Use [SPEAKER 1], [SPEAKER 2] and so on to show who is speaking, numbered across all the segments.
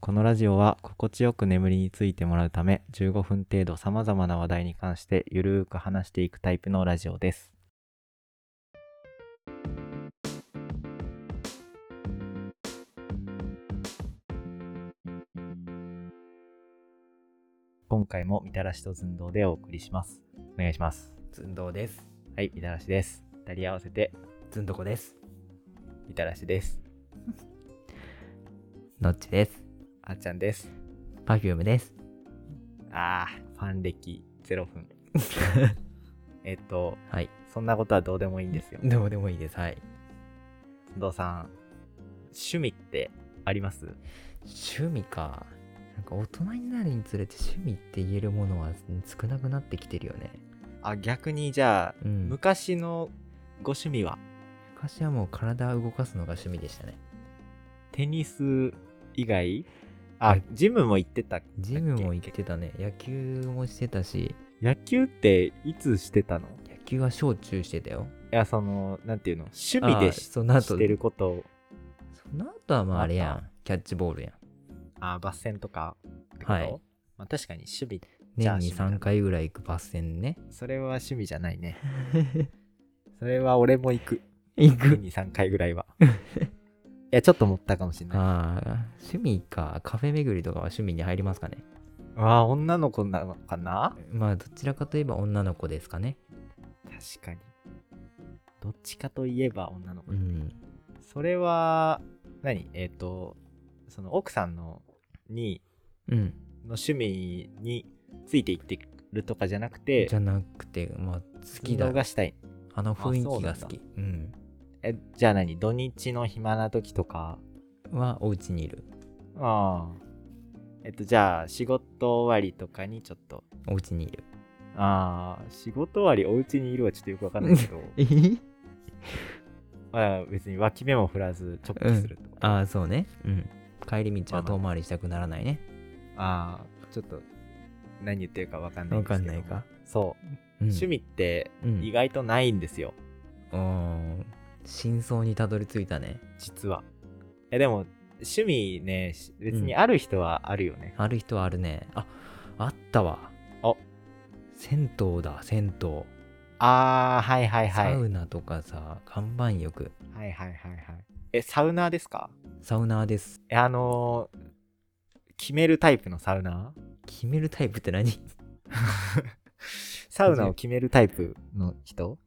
[SPEAKER 1] このラジオは心地よく眠りについてもらうため15分程度さまざまな話題に関してゆるーく話していくタイプのラジオです。今回もみたらしと寸胴でお送りします。お願いします。
[SPEAKER 2] 寸胴です。
[SPEAKER 1] はい、みたらしです。二人合わせて
[SPEAKER 2] ずんどこです。
[SPEAKER 1] みたらしです。
[SPEAKER 2] のっちです。
[SPEAKER 1] あっちゃんです。
[SPEAKER 2] パフュームです。
[SPEAKER 1] ああ、ファン歴0分。 えっと、
[SPEAKER 2] はい。
[SPEAKER 1] そんなことはどうでもいいんですよ。
[SPEAKER 2] どうでもいいです。はい。
[SPEAKER 1] 須藤さん、趣味ってあります
[SPEAKER 2] 趣味か。なんか大人になるにつれて趣味って言えるものは少なくなってきてるよね。
[SPEAKER 1] あ、逆にじゃあ、
[SPEAKER 2] うん。
[SPEAKER 1] 昔のご趣味は
[SPEAKER 2] 昔はもう体を動かすのが趣味でしたね。
[SPEAKER 1] テニス以外あ
[SPEAKER 2] あ、
[SPEAKER 1] ジムも行ってた。
[SPEAKER 2] ジムも行ってたね。野球もしてたし、
[SPEAKER 1] 野球っていつしてたのい
[SPEAKER 2] 野球は小中してたよ。
[SPEAKER 1] や、その、なんていうの趣味で
[SPEAKER 2] あ
[SPEAKER 1] し
[SPEAKER 2] その後
[SPEAKER 1] してることを。
[SPEAKER 2] その後はまああれや
[SPEAKER 1] あ
[SPEAKER 2] ん。キャッチボールやん。
[SPEAKER 1] あ、バッセンとかってこと、
[SPEAKER 2] はい
[SPEAKER 1] まあ、確かに趣味、じゃあ
[SPEAKER 2] 年
[SPEAKER 1] 趣
[SPEAKER 2] に
[SPEAKER 1] 味だね
[SPEAKER 2] 3回ぐらい行くバス戦ね。
[SPEAKER 1] それは趣味じゃないね。それは俺も行く。
[SPEAKER 2] 行
[SPEAKER 1] 年。に3回ぐらいは。いや、ちょっと持ったかもしれない。
[SPEAKER 2] ああ、趣味か。カフェ巡りとかは趣味に入りますかね。
[SPEAKER 1] ああ、女の子なのかな
[SPEAKER 2] まあどちらかといえば女の子ですかね。
[SPEAKER 1] 確かに。どっちかといえば女の子。
[SPEAKER 2] うん。
[SPEAKER 1] それは、何えっ、と、その奥さんのに
[SPEAKER 2] うん。
[SPEAKER 1] の趣味についていってるとかじゃなくて、
[SPEAKER 2] じゃなくて、まあ好きだ
[SPEAKER 1] 運動。がしたい。
[SPEAKER 2] あの雰囲気が
[SPEAKER 1] あそ
[SPEAKER 2] 好
[SPEAKER 1] うなんだ
[SPEAKER 2] き。うん。
[SPEAKER 1] えじゃあ何土日の暇な時とか。
[SPEAKER 2] はお家にいる。
[SPEAKER 1] ああ。えっと、じゃあ仕事終わりとかにちょっと。
[SPEAKER 2] お家にいる。
[SPEAKER 1] ああ、仕事終わりお家にいるはちょっとよくわかんないけど。
[SPEAKER 2] え
[SPEAKER 1] まあ別に脇目も振らず直帰すると、あ
[SPEAKER 2] ああ、そうね。うん。帰り道は遠回りしたくならないね。
[SPEAKER 1] あーちょっと何言ってるか分かんない
[SPEAKER 2] わ
[SPEAKER 1] んで
[SPEAKER 2] か
[SPEAKER 1] す
[SPEAKER 2] ん
[SPEAKER 1] けど
[SPEAKER 2] ないか。
[SPEAKER 1] そう、趣味って意
[SPEAKER 2] 意外。
[SPEAKER 1] 外とないんですよ
[SPEAKER 2] うん。真相にたどり着いたね。
[SPEAKER 1] 実はえでも趣味ねし別にある人はあるよね、
[SPEAKER 2] ある人はあるね。あ、あったわ。
[SPEAKER 1] あ
[SPEAKER 2] 銭湯だ、銭湯。
[SPEAKER 1] ああはいはいはいは
[SPEAKER 2] サ
[SPEAKER 1] い
[SPEAKER 2] ウナとかさ、看板浴。
[SPEAKER 1] はいはいはいえサウナーですか
[SPEAKER 2] サウナーです。
[SPEAKER 1] えあのー決めるタイプのサウ ナー
[SPEAKER 2] 決めるタイプって何
[SPEAKER 1] サウナを決めるタイプの人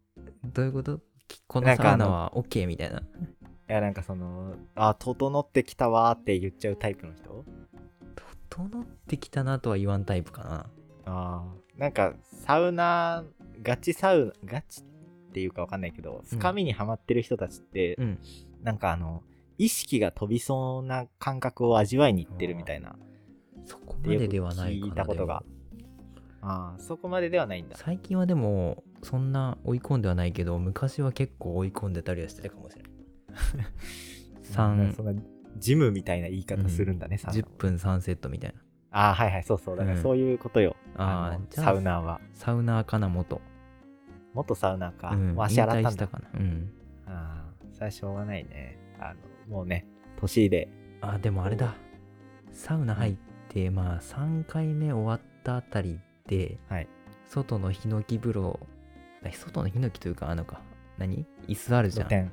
[SPEAKER 2] どういうこときこ
[SPEAKER 1] な
[SPEAKER 2] の
[SPEAKER 1] んか
[SPEAKER 2] サ
[SPEAKER 1] あ
[SPEAKER 2] ウ
[SPEAKER 1] の
[SPEAKER 2] ナは OK みたいな。
[SPEAKER 1] いやなんかそのあ整ってきたわーって言っちゃうタイプの人
[SPEAKER 2] 整ってきたなとは言わんタイプかな。
[SPEAKER 1] あーなんかサウナガチサウナガチっていうかわかんないけど深みにはまってる人たちって、
[SPEAKER 2] うん。
[SPEAKER 1] なんかあの意識が飛びそうな感覚を味わいに行ってるみたいな
[SPEAKER 2] そこまでではないかな。
[SPEAKER 1] 聞いたことが
[SPEAKER 2] でも
[SPEAKER 1] あーそこまでではないんだ
[SPEAKER 2] 最近はでも、そんな追い込んではないけど、昔は結構追い込んでたりはしてたか もしれない。三
[SPEAKER 1] そんなジムみたいな言い方するんだね、サウナ
[SPEAKER 2] 10分3セットみたいな。
[SPEAKER 1] ああはいはいそうそうだからそういうことよ、
[SPEAKER 2] あ
[SPEAKER 1] あの
[SPEAKER 2] あ、じゃあ
[SPEAKER 1] サウナーは
[SPEAKER 2] サウナーかな、元。
[SPEAKER 1] 元サウナーか、
[SPEAKER 2] うん、
[SPEAKER 1] わし
[SPEAKER 2] 引
[SPEAKER 1] 洗っ
[SPEAKER 2] 退
[SPEAKER 1] た
[SPEAKER 2] し
[SPEAKER 1] ん
[SPEAKER 2] た
[SPEAKER 1] だ
[SPEAKER 2] かな。うん。
[SPEAKER 1] ああそれはしょうがないねあのもうね年で
[SPEAKER 2] あ、でもあれだ。サウナ入って、まあ、3回目終わったあたりで、
[SPEAKER 1] はい
[SPEAKER 2] 外のヒノキ風呂、あ外のヒノキというか、あのか、何椅子あるじ
[SPEAKER 1] 露
[SPEAKER 2] ゃん。
[SPEAKER 1] 天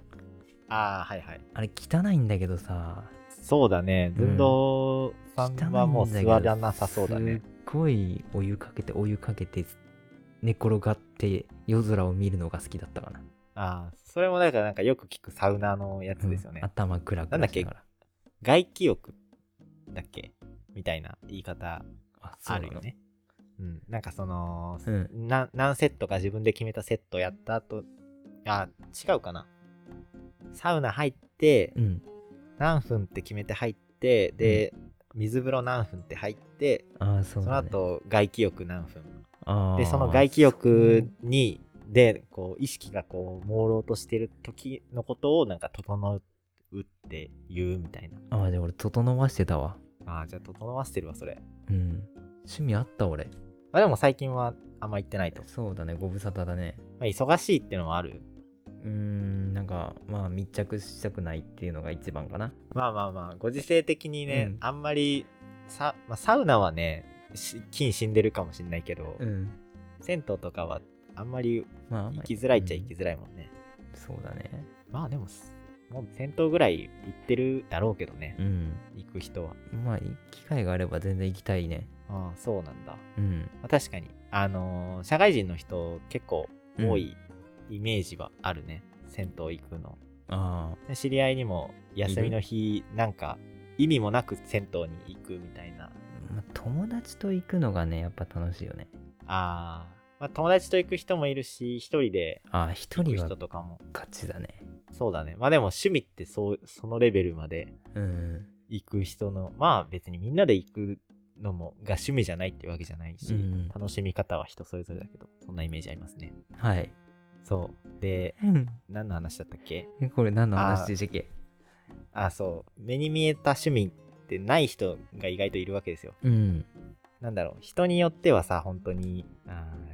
[SPEAKER 1] ああはいはい
[SPEAKER 2] あれ、汚いんだけどさ、
[SPEAKER 1] そうだね、
[SPEAKER 2] うん
[SPEAKER 1] ずんどうさ
[SPEAKER 2] 汚い
[SPEAKER 1] ん
[SPEAKER 2] んだけど
[SPEAKER 1] はもう座らなさそうだね
[SPEAKER 2] す。っごいお湯かけて、お湯かけて、寝転がって夜空を見るのが好きだったかな。
[SPEAKER 1] ああ、それもだからなんかよく聞くサウナーのやつですよね。
[SPEAKER 2] うん頭クラクラしながら。
[SPEAKER 1] 外気浴だっけみたいな言い方
[SPEAKER 2] あそう
[SPEAKER 1] あ
[SPEAKER 2] なの
[SPEAKER 1] るよね。うん、なんかその、
[SPEAKER 2] うん。
[SPEAKER 1] な何セットか自分で決めたセットやった後、あ、違うかな。サウナ入って、
[SPEAKER 2] うん。
[SPEAKER 1] 何分って決めて入って、で、水風呂何分って入って、
[SPEAKER 2] ああ、そう
[SPEAKER 1] その
[SPEAKER 2] だね、
[SPEAKER 1] 後外気浴何分
[SPEAKER 2] あー
[SPEAKER 1] でその外気浴にでこう意識がこう朦朧としてる時のことをなんか整うって言うみたいな
[SPEAKER 2] ああ、でも俺、整わしてたわ。
[SPEAKER 1] ああじゃあ整わせてるわそれ
[SPEAKER 2] うん。趣味あった俺。
[SPEAKER 1] まあでも最近はあんま行ってないと、ま
[SPEAKER 2] そうだね、ご無沙汰だね。
[SPEAKER 1] あ、忙しいってのはある
[SPEAKER 2] うーん、なんか、まあ密着したくないっていうのが一番かな。
[SPEAKER 1] まあまあまあご時世的にね、
[SPEAKER 2] うん
[SPEAKER 1] あんまりサまあ、サウナはね、し菌死んでるかもしんないけど、
[SPEAKER 2] うん。
[SPEAKER 1] 銭湯とかはあんまり
[SPEAKER 2] まああん
[SPEAKER 1] 行
[SPEAKER 2] ま
[SPEAKER 1] き
[SPEAKER 2] り、
[SPEAKER 1] づらいっちゃ行きづらいもんね。
[SPEAKER 2] そうだね。
[SPEAKER 1] まあでも、もう銭湯ぐらい行ってるだろうけどね
[SPEAKER 2] う、ん。
[SPEAKER 1] 行く人は。
[SPEAKER 2] まあ、機会があれば全然行きたいね。
[SPEAKER 1] ああ、そうなんだ。
[SPEAKER 2] うん。
[SPEAKER 1] まあ、確かに、あのー社会人の人結構多いイメージはあるね、銭湯行くの。
[SPEAKER 2] あ
[SPEAKER 1] で知り合いにも休みの日、なんか意味もなく銭湯に行くみたいな。
[SPEAKER 2] あ、まあ、友達と行くのがね、やっぱ楽しいよね。
[SPEAKER 1] あーまあ、友達と行く人もいるし、一人で
[SPEAKER 2] ああ、一
[SPEAKER 1] 行く
[SPEAKER 2] 人は
[SPEAKER 1] 人とかも。
[SPEAKER 2] 勝ちだね。
[SPEAKER 1] そうだね。まあでも趣味ってそうそのレベルまで
[SPEAKER 2] うん。
[SPEAKER 1] 行く人の、まあ別にみんなで行くのもが趣味じゃないってわけじゃないし、
[SPEAKER 2] うん
[SPEAKER 1] 楽しみ方は人それぞれだけど、そんなイメージありますね。
[SPEAKER 2] はい。
[SPEAKER 1] そう。で、
[SPEAKER 2] うん
[SPEAKER 1] 何の話だったっけ
[SPEAKER 2] えこれ何の話でしたっけ
[SPEAKER 1] あ、そう。目に見えた趣味ってない人が意外といるわけですよ。
[SPEAKER 2] うん。
[SPEAKER 1] なんだろう。人によってはさ、本当に、あー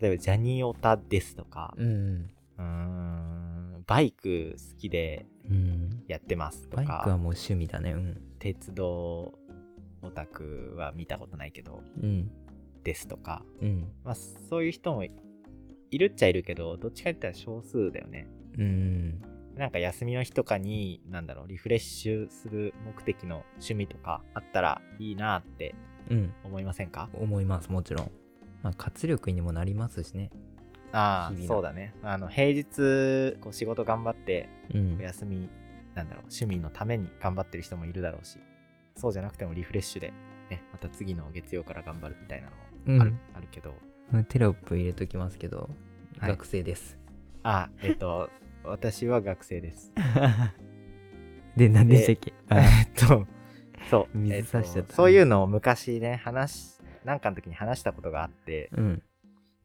[SPEAKER 1] 例えばジャニオタですとか、
[SPEAKER 2] うん。
[SPEAKER 1] うーんバイク好きで
[SPEAKER 2] うん。
[SPEAKER 1] やってますと
[SPEAKER 2] バイクはもう
[SPEAKER 1] か
[SPEAKER 2] 趣味だね。うん。
[SPEAKER 1] 鉄道オタクは見たことないけど
[SPEAKER 2] うん。
[SPEAKER 1] ですとか、
[SPEAKER 2] うん。
[SPEAKER 1] まあ、そういう人もいるっちゃいるけどどっちかって言ったら少数だよね
[SPEAKER 2] うん。
[SPEAKER 1] なんか休みの日とかになんだろうリフレッシュする目的の趣味とかあったらいいなって
[SPEAKER 2] うん。
[SPEAKER 1] 思いませんか
[SPEAKER 2] 思います、もちろん。まあ、活力にもなりますしね。
[SPEAKER 1] ああ
[SPEAKER 2] 日々の
[SPEAKER 1] そうだねあの平日こう仕事頑張って
[SPEAKER 2] うん
[SPEAKER 1] お。休みなんだろう趣味のために頑張ってる人もいるだろうしそうじゃなくてもリフレッシュで、ね、また次の月曜から頑張るみたいなのもある,、あるけど
[SPEAKER 2] テロップ入れときますけど、
[SPEAKER 1] はい
[SPEAKER 2] 学生です。
[SPEAKER 1] あえっ と私は学生です
[SPEAKER 2] で、何
[SPEAKER 1] で
[SPEAKER 2] でしたっけ
[SPEAKER 1] え
[SPEAKER 2] あ
[SPEAKER 1] っとそう
[SPEAKER 2] 水
[SPEAKER 1] えっと
[SPEAKER 2] 差しちゃった
[SPEAKER 1] そういうのを昔ね話しなんかの時に話したことがあって
[SPEAKER 2] うん。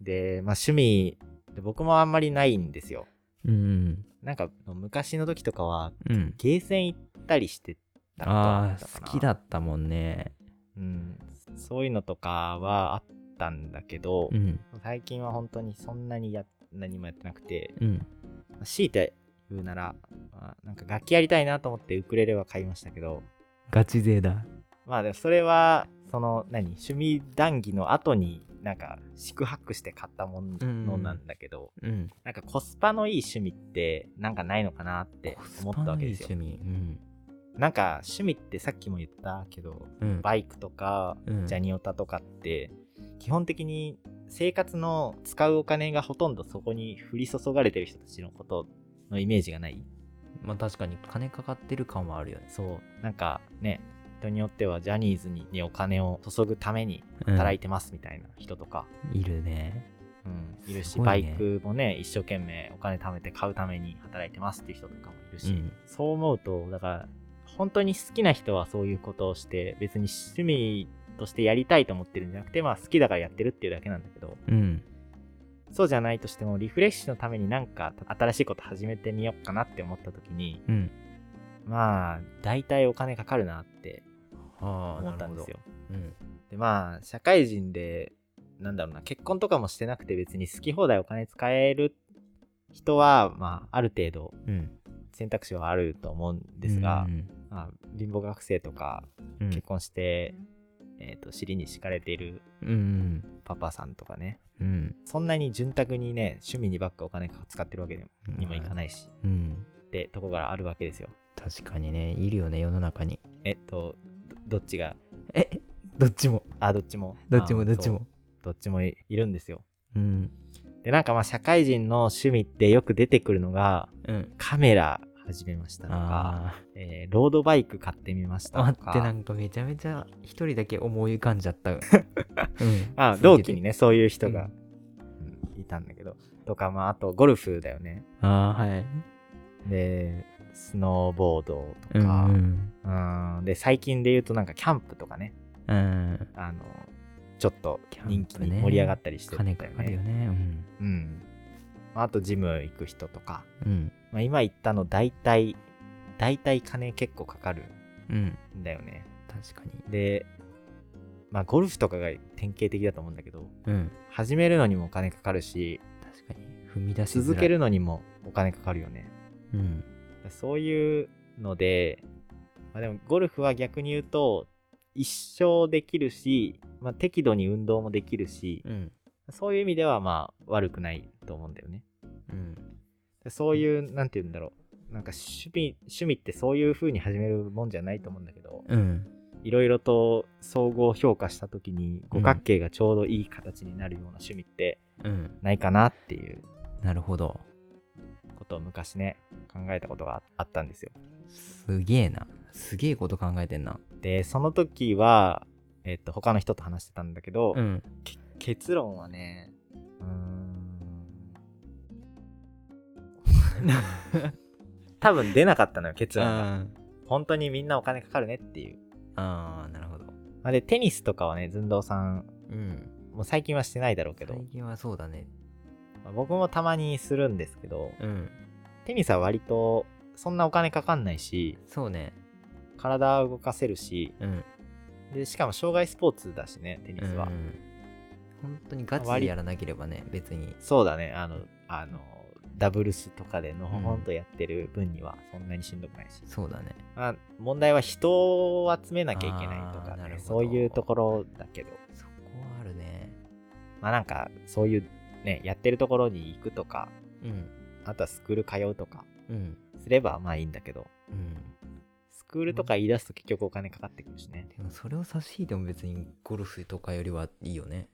[SPEAKER 1] で、まあ、趣味で僕もあんまりないんですよ
[SPEAKER 2] うん。
[SPEAKER 1] なんか昔の時とかは
[SPEAKER 2] うん。
[SPEAKER 1] ゲーセン行ったりしてたこと
[SPEAKER 2] あ
[SPEAKER 1] った
[SPEAKER 2] あ、
[SPEAKER 1] かな
[SPEAKER 2] 好きだったもんね。
[SPEAKER 1] うん、そういうのとかはあったんだけど、
[SPEAKER 2] うん。
[SPEAKER 1] 最近は本当にそんなにや何もやってなくて、
[SPEAKER 2] うん。
[SPEAKER 1] 強いて言うなら、まあなんか楽器やりたいなと思ってウクレレは買いましたけど、
[SPEAKER 2] ガチ勢だ。
[SPEAKER 1] まあでもそれは、その何、趣味談義の後になんか宿泊して買ったも
[SPEAKER 2] うん
[SPEAKER 1] のなんだけど、
[SPEAKER 2] うん。
[SPEAKER 1] なんかコスパのいい趣味ってなんかないのかなって思ったわけですよ。
[SPEAKER 2] コスパのいい趣味。うん。
[SPEAKER 1] なんか趣味ってさっきも言ったけど、
[SPEAKER 2] うん。
[SPEAKER 1] バイクとか
[SPEAKER 2] うん
[SPEAKER 1] ジャニオタとかって基本的に生活の使うお金がほとんどそこに降り注がれてる人たちのことのイメージがない
[SPEAKER 2] まあ確かに金かかってる感はあるよね。
[SPEAKER 1] そうなんかね人によってはジャニーズに、ね、お金を注ぐために働い
[SPEAKER 2] い
[SPEAKER 1] てますみたいな人とか、
[SPEAKER 2] て、いるね。
[SPEAKER 1] うんいるし
[SPEAKER 2] すご
[SPEAKER 1] バ
[SPEAKER 2] い
[SPEAKER 1] イ
[SPEAKER 2] ね
[SPEAKER 1] クもね一生懸命お金貯めて買うために働いてますっていう人とかもいるし、
[SPEAKER 2] うん。
[SPEAKER 1] そう思うとだから本当に好きな人はそういうことをして別に趣味としてやりたいと思ってるんじゃなくてまあ好きだからやってるっていうだけなんだけど
[SPEAKER 2] うん。
[SPEAKER 1] そうじゃないとしてもリフレッシュのためになんか新しいこと始めてみようかなって思った時に
[SPEAKER 2] うん。
[SPEAKER 1] まあ大体お金かかるなって
[SPEAKER 2] ああ、
[SPEAKER 1] 思っ
[SPEAKER 2] な
[SPEAKER 1] た
[SPEAKER 2] る
[SPEAKER 1] ん
[SPEAKER 2] ほ
[SPEAKER 1] ですよ。。
[SPEAKER 2] どうん。
[SPEAKER 1] でまあ社会人でなんだろうな結婚とかもしてなくて別に好き放題お金使える人はまあある程度
[SPEAKER 2] うん。
[SPEAKER 1] 選択肢はあると思うんですが
[SPEAKER 2] う、ん、
[SPEAKER 1] まあ、貧乏学生とか
[SPEAKER 2] うん
[SPEAKER 1] 結婚して、えー、と尻に敷かれている
[SPEAKER 2] うん。
[SPEAKER 1] パパさんとかね
[SPEAKER 2] うん。
[SPEAKER 1] そんなに潤沢にね趣味にばっかお金使ってるわけでも
[SPEAKER 2] うん
[SPEAKER 1] にもいかないし、
[SPEAKER 2] うん。
[SPEAKER 1] ってとこがあるわけですよ
[SPEAKER 2] 確かにね、いるよね、世の中に。
[SPEAKER 1] えっとどどっちが
[SPEAKER 2] えどっちも。
[SPEAKER 1] あどっちも
[SPEAKER 2] どっちも
[SPEAKER 1] あ
[SPEAKER 2] どっち
[SPEAKER 1] そう
[SPEAKER 2] も。
[SPEAKER 1] どっちもいいるんですよ
[SPEAKER 2] うん。
[SPEAKER 1] でなんかまあ社会人の趣味ってよく出てくるのが
[SPEAKER 2] うん。
[SPEAKER 1] カメラ始めましたとか、
[SPEAKER 2] あ
[SPEAKER 1] えーロードバイク買ってみました
[SPEAKER 2] あ。待
[SPEAKER 1] と
[SPEAKER 2] って、な
[SPEAKER 1] か
[SPEAKER 2] んかめちゃめちゃ一人だけ思い浮かんじ ゃった。うん。
[SPEAKER 1] まあ同期にねそういう人が、うんいたんだけどとかまああとゴルフだよね
[SPEAKER 2] ああ、はい。
[SPEAKER 1] でスノーボード
[SPEAKER 2] う
[SPEAKER 1] とか、うん
[SPEAKER 2] ん。
[SPEAKER 1] で最近で言うとなんかキャンプとかね
[SPEAKER 2] うん。
[SPEAKER 1] あのちょっと
[SPEAKER 2] キャンプね
[SPEAKER 1] 人気に盛り上がったりしてんだ
[SPEAKER 2] 金かかるよね。うん。
[SPEAKER 1] うんまああとジム行く人とか、
[SPEAKER 2] うん。
[SPEAKER 1] まあ、今言ったの大体大体金結構かかる
[SPEAKER 2] うん。
[SPEAKER 1] んだよね
[SPEAKER 2] 確かに。
[SPEAKER 1] でまあゴルフとかが典型的だと思うんだけど
[SPEAKER 2] うん。
[SPEAKER 1] 始めるのにもお金かかるし
[SPEAKER 2] 確かに。踏み出しづらい
[SPEAKER 1] 続け。るのにもお金かかるよね
[SPEAKER 2] うん。
[SPEAKER 1] そういうので、まあ、でもゴルフは逆に言うと一生できるし、まあ、適度に運動もできるし、
[SPEAKER 2] うん
[SPEAKER 1] そういう意味ではまあ悪くないと思うんだよね。
[SPEAKER 2] うん
[SPEAKER 1] でそういう、なんて言うんだろう。なんか趣味、趣味ってそういう風に始めるもんじゃないと思うんだけど、
[SPEAKER 2] うん
[SPEAKER 1] いろいろと総合評価した時に五角形がちょうどいい形になるような趣味って
[SPEAKER 2] うん
[SPEAKER 1] ないかなっていう
[SPEAKER 2] なるほど
[SPEAKER 1] ことを昔ね、考えたことがあったんですよ。
[SPEAKER 2] すげえなすげえこと考えてんな
[SPEAKER 1] で、その時は、えっと、他の人と話してたんだけど、
[SPEAKER 2] うん
[SPEAKER 1] け結論はね、うーん。 多分出なかったのよ、結論が。
[SPEAKER 2] あ
[SPEAKER 1] 本当にみんなお金かかるねっていう。
[SPEAKER 2] あーなるほど
[SPEAKER 1] まあ、で、テニスとかはね、寸胴さん、
[SPEAKER 2] うん
[SPEAKER 1] もう最近はしてないだろうけど
[SPEAKER 2] 最、近はそうだね
[SPEAKER 1] まあ僕もたまにするんですけど、
[SPEAKER 2] うん
[SPEAKER 1] テニスは割とそんなお金かかんないし、
[SPEAKER 2] そうね
[SPEAKER 1] 体を動かせるし、
[SPEAKER 2] うん
[SPEAKER 1] で、しかも障害スポーツだしね、テニスは。
[SPEAKER 2] うん本当にガチでやらなければね別に
[SPEAKER 1] そうだね、あの、あの、ダブルスとかでのほほ
[SPEAKER 2] う
[SPEAKER 1] ん
[SPEAKER 2] ん
[SPEAKER 1] とやってる分にはそんなにしんどくないし、
[SPEAKER 2] そうだね
[SPEAKER 1] まあ、問題は人を集めなきゃいけないと
[SPEAKER 2] あ
[SPEAKER 1] か
[SPEAKER 2] ーな
[SPEAKER 1] ね
[SPEAKER 2] るほ、ど
[SPEAKER 1] そういうところだけど、
[SPEAKER 2] そこはあるね
[SPEAKER 1] まあなんかそういうね、やってるところに行くとか、
[SPEAKER 2] うん
[SPEAKER 1] あとはスクール通うとか
[SPEAKER 2] うん
[SPEAKER 1] すればまあいいんだけど、
[SPEAKER 2] うん
[SPEAKER 1] スクールとか言い出すと結局お金かかってくるしね。
[SPEAKER 2] でもそれを差し引いても別にゴルフとかよりはいいよね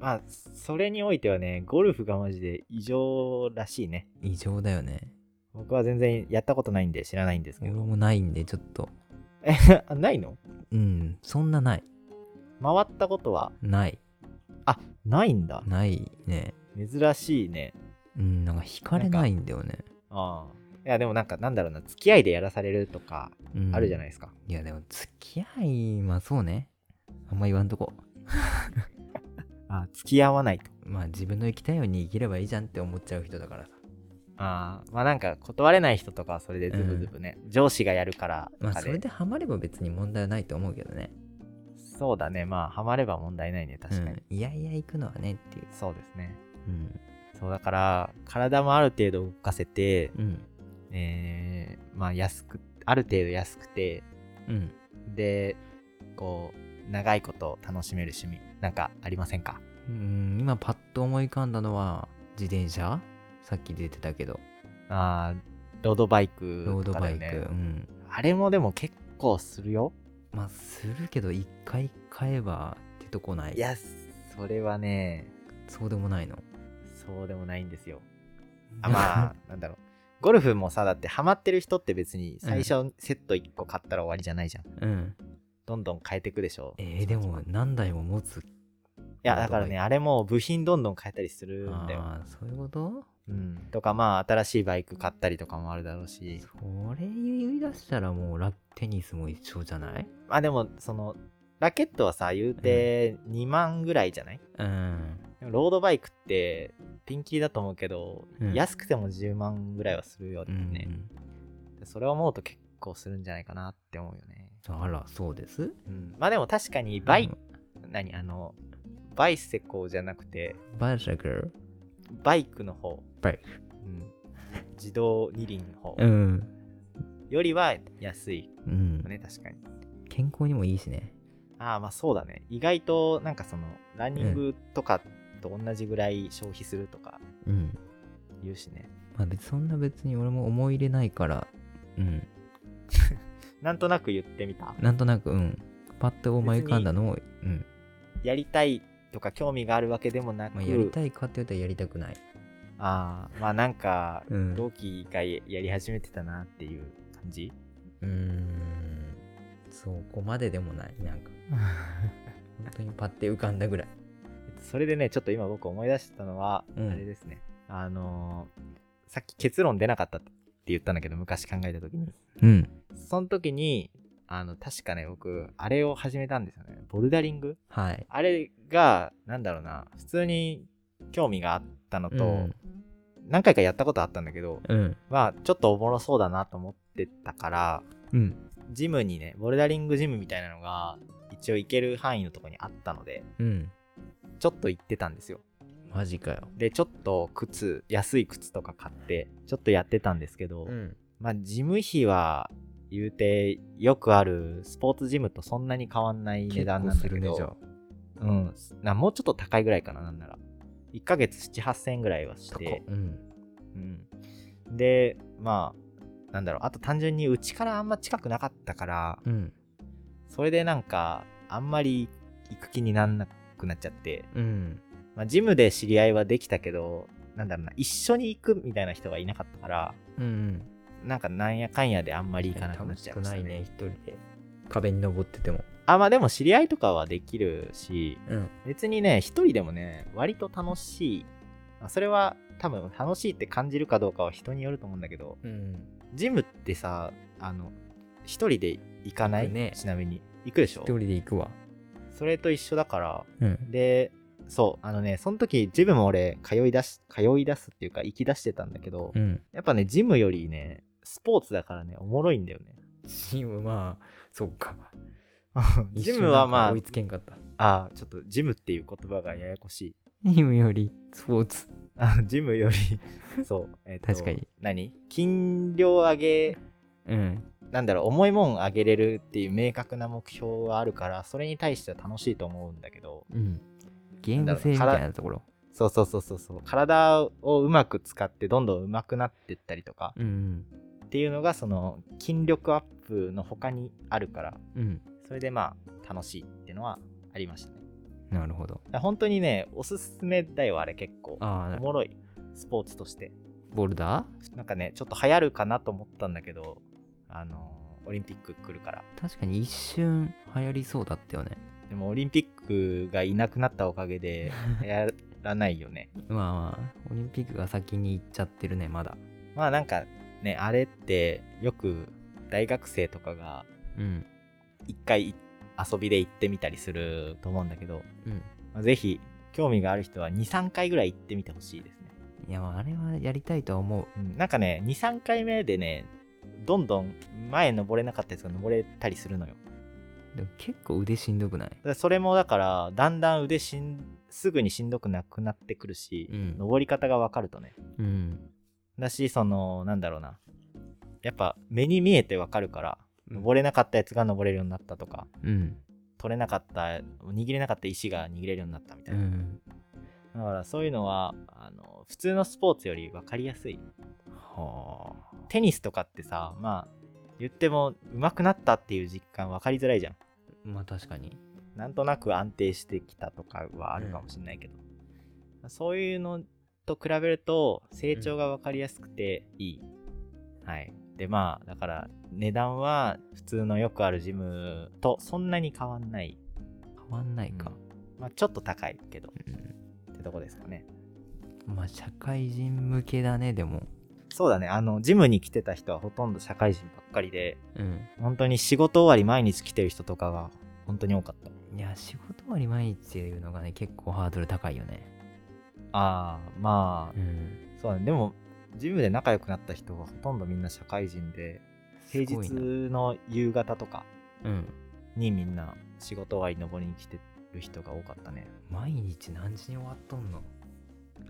[SPEAKER 1] まあ、それにおいてはね、ゴルフがマジで異常らしいね。
[SPEAKER 2] 異常だよね
[SPEAKER 1] 僕は全然やったことないんで知らないんですけ
[SPEAKER 2] 俺
[SPEAKER 1] ど。
[SPEAKER 2] もないんでちょっと
[SPEAKER 1] あ ないの
[SPEAKER 2] うんそんなない
[SPEAKER 1] 回ったことは
[SPEAKER 2] ない
[SPEAKER 1] あないんだ。
[SPEAKER 2] ないね
[SPEAKER 1] 珍しいね。
[SPEAKER 2] うんなんか惹かれないんだよね
[SPEAKER 1] ああ。いや、でもなんか、なんだろうな、付き合いでやらされるとか、あるじゃない
[SPEAKER 2] い
[SPEAKER 1] ですか。
[SPEAKER 2] いやでも付き合いまあそうねあんま言わんとこ
[SPEAKER 1] ああ付き合わないと。
[SPEAKER 2] まあ自分の生きたいように生きればいいじゃんって思っちゃう人だからさ
[SPEAKER 1] ああ。まあなんか、断れない人とかはそれでズブズブね、上司がやるからと
[SPEAKER 2] まあ
[SPEAKER 1] か
[SPEAKER 2] そ
[SPEAKER 1] で、
[SPEAKER 2] れでハマれば別に問題はないと思うけどね
[SPEAKER 1] そうだね、まあ、ハマれば問題ないね、確かに。
[SPEAKER 2] うん、いやいや行くのはねっていう
[SPEAKER 1] そうですね。
[SPEAKER 2] うん
[SPEAKER 1] そうだから体もある程度動かせて、
[SPEAKER 2] うん
[SPEAKER 1] えーまあ安くある程度安くて
[SPEAKER 2] うん
[SPEAKER 1] でこう長いこと楽しめる趣味なんかありませんか
[SPEAKER 2] うん今パッと思い浮かんだのは自転車さっき出てたけど
[SPEAKER 1] あーロードバイク
[SPEAKER 2] ロー
[SPEAKER 1] と
[SPEAKER 2] ド
[SPEAKER 1] かだ
[SPEAKER 2] バ
[SPEAKER 1] よ
[SPEAKER 2] イク、
[SPEAKER 1] ね
[SPEAKER 2] うん
[SPEAKER 1] あれもでも結構するよ
[SPEAKER 2] まあするけど一回買えば出てこない
[SPEAKER 1] いやそれはね
[SPEAKER 2] そうでもないの
[SPEAKER 1] そうでもないんですよあまあなんだろうゴルフもさだってハマってる人って別に最初セット1個買ったら終わりじゃないじゃん、
[SPEAKER 2] うん
[SPEAKER 1] どんどん変えていくでしょ
[SPEAKER 2] えーでも何台も持つ
[SPEAKER 1] いやだからねあれもう部品どんどん変えたりするんだよ
[SPEAKER 2] ああそういうこと
[SPEAKER 1] うん、とかまあ新しいバイク買ったりとかもあるだろうし
[SPEAKER 2] それ言い出したらもうラテニスも一緒じゃない
[SPEAKER 1] まあでもそのラケットはさ言うて2万ぐらいじゃない、
[SPEAKER 2] うん
[SPEAKER 1] でもロードバイクってピンキリだと思うけど、
[SPEAKER 2] うん
[SPEAKER 1] 安くても10万ぐらいはするよ
[SPEAKER 2] う
[SPEAKER 1] ね、
[SPEAKER 2] ん、
[SPEAKER 1] でそれを思うと結構するんじゃないかなって思うよね、
[SPEAKER 2] あらそうです
[SPEAKER 1] まあでも確かにバイ、何あのバイセコじゃなくて
[SPEAKER 2] バイサイクル
[SPEAKER 1] バイクの方
[SPEAKER 2] バイク
[SPEAKER 1] うん、自動二輪の方
[SPEAKER 2] うん
[SPEAKER 1] よりは安い
[SPEAKER 2] うん
[SPEAKER 1] よね確かに
[SPEAKER 2] 健康にもいいしね
[SPEAKER 1] ああまあそうだね意外となんかそのランニングとかと同じぐらい消費するとか
[SPEAKER 2] うん
[SPEAKER 1] 言うしね、
[SPEAKER 2] まあ別そんな別に俺も思い入れないから、うん。
[SPEAKER 1] なんとなく言ってみた
[SPEAKER 2] なんとなく、うん。パッと思い浮かんだのを、うん。
[SPEAKER 1] やりたいとか興味があるわけでもなく、
[SPEAKER 2] まあやりたいかって言ったらやりたくない。
[SPEAKER 1] ああまあなんか
[SPEAKER 2] うん。う
[SPEAKER 1] 同期がやり始めてたなっていう感 じ
[SPEAKER 2] ーん。そこまででもない。なんか、本当にパッて浮かんだぐらい。
[SPEAKER 1] それでねちょっと今僕思い出したのはあ
[SPEAKER 2] うん
[SPEAKER 1] れですね、あのーさっき結論出なかったって言ったんだけど昔考えた時に
[SPEAKER 2] うん。
[SPEAKER 1] その時にあの確かね僕あれを始めたんですよねボルダリング
[SPEAKER 2] はい。
[SPEAKER 1] あれが、なんだろうな、普通に興味があったのと、
[SPEAKER 2] うん
[SPEAKER 1] 何回かやったことあったんだけど、
[SPEAKER 2] うん。
[SPEAKER 1] まあ、ちょっとおもろそうだなと思ってたから、
[SPEAKER 2] うん。
[SPEAKER 1] ジムにね、ボルダリングジムみたいなのが、一応行ける範囲のとこにあったので、
[SPEAKER 2] うん。
[SPEAKER 1] ちょっと行ってたんですよ。
[SPEAKER 2] マジかよ。
[SPEAKER 1] で、ちょっと靴、安い靴とか買って、ちょっとやってたんですけど、
[SPEAKER 2] ん。
[SPEAKER 1] まあ、ジム費は、言うて、よくあるスポーツジムとそんなに変わんない値段なんだけど、
[SPEAKER 2] 結構
[SPEAKER 1] うん、なもうちょっと高いぐらいかな、なんなら。1ヶ月7、8000円ぐらいはし
[SPEAKER 2] するねじゃあ
[SPEAKER 1] て
[SPEAKER 2] 高、うん
[SPEAKER 1] うん、で、まあ、なんだろう、あと単純にうちからあんま近くなかったから、
[SPEAKER 2] うん
[SPEAKER 1] それでなんか、あんまり行く気になんなくなっちゃって、
[SPEAKER 2] うん
[SPEAKER 1] まあ、ジムで知り合いはできたけど、なんだろうな、一緒に行くみたいな人がいなかったから、
[SPEAKER 2] うん
[SPEAKER 1] なんかなんやかんやであんまり行かなくなっ
[SPEAKER 2] 楽
[SPEAKER 1] ち
[SPEAKER 2] し
[SPEAKER 1] ゃい
[SPEAKER 2] く
[SPEAKER 1] ました
[SPEAKER 2] な
[SPEAKER 1] ね。
[SPEAKER 2] いね一人で壁に登ってても
[SPEAKER 1] あ、まあでも知り合いとかはできるし、
[SPEAKER 2] うん
[SPEAKER 1] 別にね、一人でもね、割と楽しい。まあそれは多分楽しいって感じるかどうかは人によると思うんだけど、
[SPEAKER 2] うん
[SPEAKER 1] ジムってさ、あの、一人で行かない、
[SPEAKER 2] 行くね
[SPEAKER 1] ちなみに。行くでしょ
[SPEAKER 2] 一人で行くわ
[SPEAKER 1] それと一緒だから。
[SPEAKER 2] うん
[SPEAKER 1] で、そう、あのね、その時、ジムも俺、通い出し、通い出すっていうか、行き出してたんだけど、
[SPEAKER 2] うん
[SPEAKER 1] やっぱね、ジムよりね、スポーツだからね、おもろいんだよ ね。
[SPEAKER 2] チームまあそっか
[SPEAKER 1] ジムはま
[SPEAKER 2] 一瞬なんか追いつけんかった
[SPEAKER 1] あ、あーちょっとジムっていう言葉がややこしい。
[SPEAKER 2] チームよりスポーツ
[SPEAKER 1] あジムより、 そう、えっと
[SPEAKER 2] 確かに。
[SPEAKER 1] 何筋量上げ、
[SPEAKER 2] うん
[SPEAKER 1] なんだろう、重いもん上げれるっていう明確な目標があるから、それに対しては楽しいと思うんだけど、
[SPEAKER 2] うんゲーム性みたいなところ
[SPEAKER 1] そうそうそうそうそう、体をうまく使って、どんどん上手くなってったりとか、
[SPEAKER 2] うん
[SPEAKER 1] っていうのが、その、筋力アップの他にあるから、
[SPEAKER 2] うんうん
[SPEAKER 1] それでまあ、楽しいっていうのはありましたね。
[SPEAKER 2] なるほど
[SPEAKER 1] だから本当にね、おすすめだよ、あれ結構。
[SPEAKER 2] ああな
[SPEAKER 1] おもろい、スポーツとして。
[SPEAKER 2] ボルダー
[SPEAKER 1] なんかね、ちょっと流行るかなと思ったんだけど、あのーオリンピック来るから。
[SPEAKER 2] 確かに一瞬流行りそうだったよね
[SPEAKER 1] でもオリンピックがいなくなったおかげで、やらないよね。
[SPEAKER 2] まあまあオリンピックが先に行っちゃってるねまだ
[SPEAKER 1] まあなんかね、あれってよく大学生とかが
[SPEAKER 2] うん
[SPEAKER 1] 一回遊びで行ってみたりすると思うんだけど、
[SPEAKER 2] うん
[SPEAKER 1] まあぜひ興味がある人は2、3回ぐらい行ってみてほしいですね。
[SPEAKER 2] いやまああれはやりたいとは思う
[SPEAKER 1] うん、なんかね、2、3回目でね、どんどん前登れなかったやつが登れたりするのよ。
[SPEAKER 2] でも結構腕しんどくない
[SPEAKER 1] でそれもだからだんだん腕しんすぐにしんどくなくなってくるし、
[SPEAKER 2] うん
[SPEAKER 1] 登り方が分かるとね
[SPEAKER 2] うん
[SPEAKER 1] だしそのなんだろうなやっぱ目に見えて分かるから
[SPEAKER 2] うん
[SPEAKER 1] 登れなかったやつが登れるようになったとか
[SPEAKER 2] うん
[SPEAKER 1] 取れなかった握れなかった石が握れるようになったみた
[SPEAKER 2] う
[SPEAKER 1] いな、
[SPEAKER 2] ん
[SPEAKER 1] だからそういうのはあの普通のスポーツより分かりやすい
[SPEAKER 2] はあ
[SPEAKER 1] テニスとかってさまあ言っても上手くなったっていう実感分かりづらいじゃん
[SPEAKER 2] まあ確かに
[SPEAKER 1] なんとなく安定してきたとかはあるかもしれないけど、そういうのと比べると成長が分かりやすくていい、はいでまあだから値段は普通のよくあるジムとそんなに変わんない、
[SPEAKER 2] 変わんないか、
[SPEAKER 1] まあ、ちょっと高いけど
[SPEAKER 2] うん
[SPEAKER 1] ってとこですかね
[SPEAKER 2] まあ社会人向けだねでも
[SPEAKER 1] そうだねあのジムに来てた人はほとんど社会人ばっかりで
[SPEAKER 2] うん
[SPEAKER 1] 本当に仕事終わり毎日来てる人とかが本当に多かった
[SPEAKER 2] いや仕事終わり毎日っていうのがね結構ハードル高いよね
[SPEAKER 1] ああまあ
[SPEAKER 2] うん
[SPEAKER 1] そうだねでもジムで仲良くなった人はほとんどみんな社会人で平
[SPEAKER 2] すご
[SPEAKER 1] 日
[SPEAKER 2] いな
[SPEAKER 1] の夕方とか
[SPEAKER 2] うん
[SPEAKER 1] にみんな仕事終わり登りに来てる人が多かったね
[SPEAKER 2] 毎日何時に終わっとんの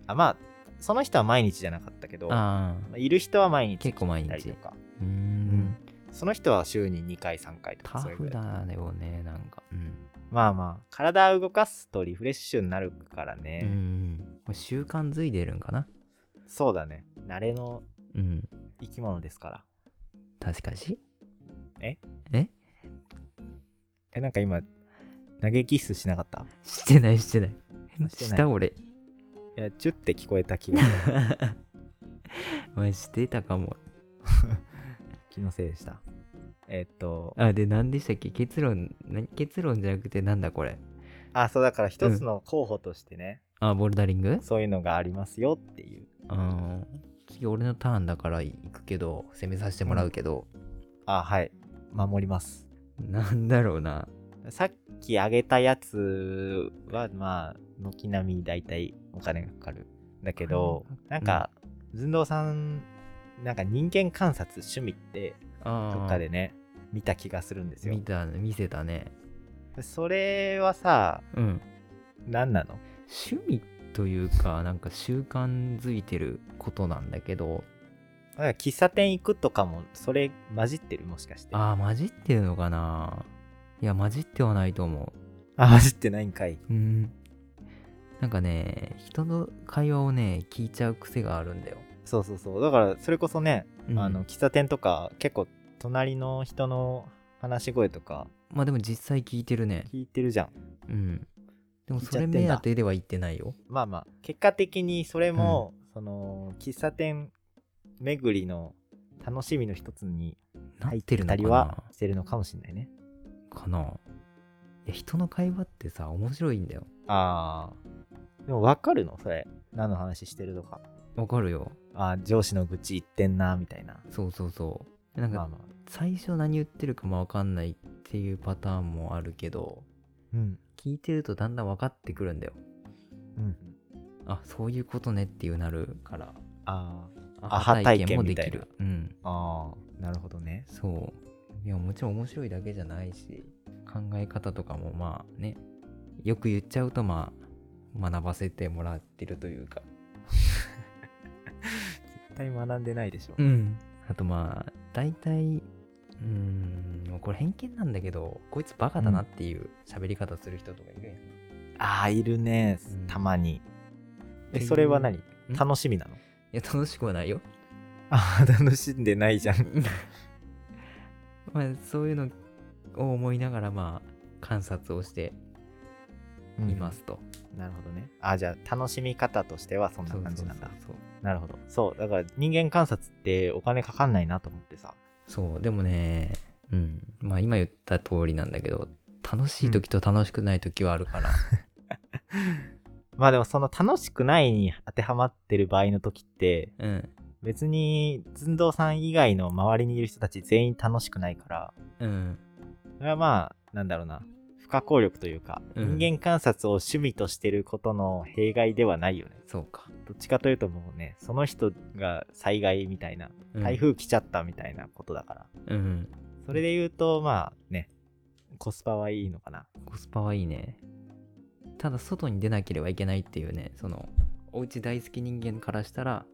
[SPEAKER 1] あまあその人は毎日じゃなかったけど
[SPEAKER 2] あ
[SPEAKER 1] ま
[SPEAKER 2] あ
[SPEAKER 1] あいる人は毎日
[SPEAKER 2] 結構毎
[SPEAKER 1] 来たり
[SPEAKER 2] 日
[SPEAKER 1] と
[SPEAKER 2] う
[SPEAKER 1] か
[SPEAKER 2] ーん
[SPEAKER 1] その人は週に2回3回とか
[SPEAKER 2] タ
[SPEAKER 1] そういう
[SPEAKER 2] フ
[SPEAKER 1] ぐらい
[SPEAKER 2] だよねなんかうん
[SPEAKER 1] まあまあ体を動かすとリフレッシュになるから
[SPEAKER 2] うんう
[SPEAKER 1] ね、
[SPEAKER 2] んまあ習慣づいてるんかな
[SPEAKER 1] そうだね慣れの
[SPEAKER 2] うん
[SPEAKER 1] 生き物ですから
[SPEAKER 2] 確かし
[SPEAKER 1] えなんか今投げキッスしなかった
[SPEAKER 2] してないしてない
[SPEAKER 1] してない
[SPEAKER 2] した俺
[SPEAKER 1] いやチュって聞こえた気が
[SPEAKER 2] まあしてたかも
[SPEAKER 1] 気のせいでしたえっと
[SPEAKER 2] あで何でしたっけ結論何結論じゃなくてなんだこれ
[SPEAKER 1] あそうだから一つの候補としてね、
[SPEAKER 2] あボルダリング
[SPEAKER 1] そういうのがありますよっていう
[SPEAKER 2] うん次俺のターンだから行くけど攻めさせてもらうけど、
[SPEAKER 1] あはい守ります
[SPEAKER 2] なんだろうな
[SPEAKER 1] さっきあげたやつはまあ軒並み大体お金がかかるんだけどなんか寸胴さんなんか人間観察趣味って
[SPEAKER 2] あ
[SPEAKER 1] どっかでね見た気がするんですよ
[SPEAKER 2] 見た見せたね
[SPEAKER 1] それはさ
[SPEAKER 2] うん
[SPEAKER 1] 何なの
[SPEAKER 2] 趣味というかなんか習慣づいてることなんだけど
[SPEAKER 1] から喫茶店行くとかも、それ混じってるもしかして。
[SPEAKER 2] ああ、混じってるのかないや、混じってはないと思
[SPEAKER 1] あ、混じってないんかい。
[SPEAKER 2] う。うん。なんかね、人の会話をね、聞いちゃう癖があるんだよ。
[SPEAKER 1] そうそうそう。だから、それこそね、
[SPEAKER 2] うん
[SPEAKER 1] あの、喫茶店とか、結構、隣の人の話し声とか、
[SPEAKER 2] まあでも実際聞いてるね。
[SPEAKER 1] 聞いてるじゃん。
[SPEAKER 2] うん。でもそ
[SPEAKER 1] 聞いちゃ
[SPEAKER 2] れ
[SPEAKER 1] ってん
[SPEAKER 2] 目
[SPEAKER 1] だ
[SPEAKER 2] 当てでは言ってないよ。
[SPEAKER 1] まあまあ、結果的にそれも、その、喫茶店巡りの楽しみの一つに
[SPEAKER 2] なっ
[SPEAKER 1] 入ってて
[SPEAKER 2] る
[SPEAKER 1] る
[SPEAKER 2] の
[SPEAKER 1] た
[SPEAKER 2] か
[SPEAKER 1] り
[SPEAKER 2] な
[SPEAKER 1] はしてるのかもしれないね。
[SPEAKER 2] かないや人の会話ってさ、面白いんだよ。
[SPEAKER 1] ああ。でも分かるのそれ。何の話してるとか。
[SPEAKER 2] わかるよ。
[SPEAKER 1] あー上司の愚痴言ってんな、みたいな。
[SPEAKER 2] そうそうそう。なん
[SPEAKER 1] まあ
[SPEAKER 2] か
[SPEAKER 1] まあ。
[SPEAKER 2] 最初何言ってるかもわかんないっていうパターンもあるけど、
[SPEAKER 1] うん。
[SPEAKER 2] 聞いてるとだんだん分かってくるんだよ。
[SPEAKER 1] うん。
[SPEAKER 2] あ、そういうことねっていうなるから、
[SPEAKER 1] あー
[SPEAKER 2] ア
[SPEAKER 1] ア
[SPEAKER 2] ハ
[SPEAKER 1] ハ
[SPEAKER 2] 体
[SPEAKER 1] 体
[SPEAKER 2] 験
[SPEAKER 1] 験
[SPEAKER 2] もで
[SPEAKER 1] みた
[SPEAKER 2] き
[SPEAKER 1] いな
[SPEAKER 2] る。うん。
[SPEAKER 1] あー、なるほどね。
[SPEAKER 2] そう。いや、もちろん面白いだけじゃないし、考え方とかもまあね、よく言っちゃうとまあ、学ばせてもらってるというか。
[SPEAKER 1] 絶対学んでないでしょ。
[SPEAKER 2] うん。あとまあ、大体、うーん、これ偏見なんだけど、こいつバカだなっていう喋り方する人とかいるやん。
[SPEAKER 1] ああ、いるね
[SPEAKER 2] うん。
[SPEAKER 1] たまに。
[SPEAKER 2] って
[SPEAKER 1] え、
[SPEAKER 2] いう
[SPEAKER 1] それは何
[SPEAKER 2] ん
[SPEAKER 1] 楽しみなの
[SPEAKER 2] いや、楽しくはないよ。
[SPEAKER 1] ああ、楽しんでないじゃん。
[SPEAKER 2] まあ、そういうのを思いながら、まあ、観察をしていま。すと。
[SPEAKER 1] なるほどね。あーじゃあ、楽しみ方としてはそんな
[SPEAKER 2] そう
[SPEAKER 1] 感
[SPEAKER 2] そ
[SPEAKER 1] じ
[SPEAKER 2] う
[SPEAKER 1] なんだ。
[SPEAKER 2] そう。
[SPEAKER 1] なるほど。そう、だから人間観察ってお金かかんないなと思ってさ。
[SPEAKER 2] そう、でもね、うん。まあ今言った通りなんだけど、楽しい時と楽しくない時はあるから。
[SPEAKER 1] まあでもその楽しくないに当てはまってる場合の時って、
[SPEAKER 2] うん。
[SPEAKER 1] 別に寸胴さん以外の周りにいる人たち全員楽しくないから、
[SPEAKER 2] うん。
[SPEAKER 1] それはまあ、なんだろうな。不可抗力というか、
[SPEAKER 2] うん
[SPEAKER 1] 人間観察を趣味としてることの弊害ではないよね。
[SPEAKER 2] そうか。
[SPEAKER 1] どっちかというともうね、その人が災害みたいな、
[SPEAKER 2] うん
[SPEAKER 1] 台。風来ちゃったみたいなことだから。
[SPEAKER 2] うん。
[SPEAKER 1] それで言うと、まあね、コスパはいいのかな。
[SPEAKER 2] コスパはいいね。ただ外に出なければいけないっていうね、その、お家大好き人間からしたら、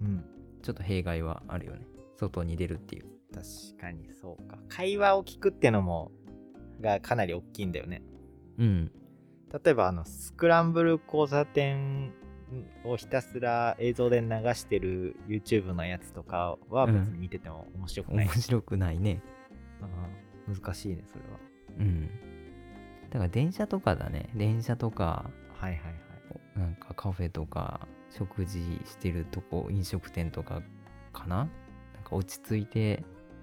[SPEAKER 1] うん。
[SPEAKER 2] ちょっと弊害はあるよね。外に出るっていう。
[SPEAKER 1] 確かにそうか会話を聞くってのもがかなり大きいんだよね
[SPEAKER 2] うん。
[SPEAKER 1] 例えばあのスクランブル交差点をひたすら映像で流してる YouTube のやつとかは別に見てても面白くない、
[SPEAKER 2] 面白くないね。
[SPEAKER 1] うん難しいねそれは
[SPEAKER 2] うん。だから電車とかだね。電車とか、
[SPEAKER 1] はいはいはい
[SPEAKER 2] なんかカフェとか食事してるとこ飲食店とかかななんか落ち着いて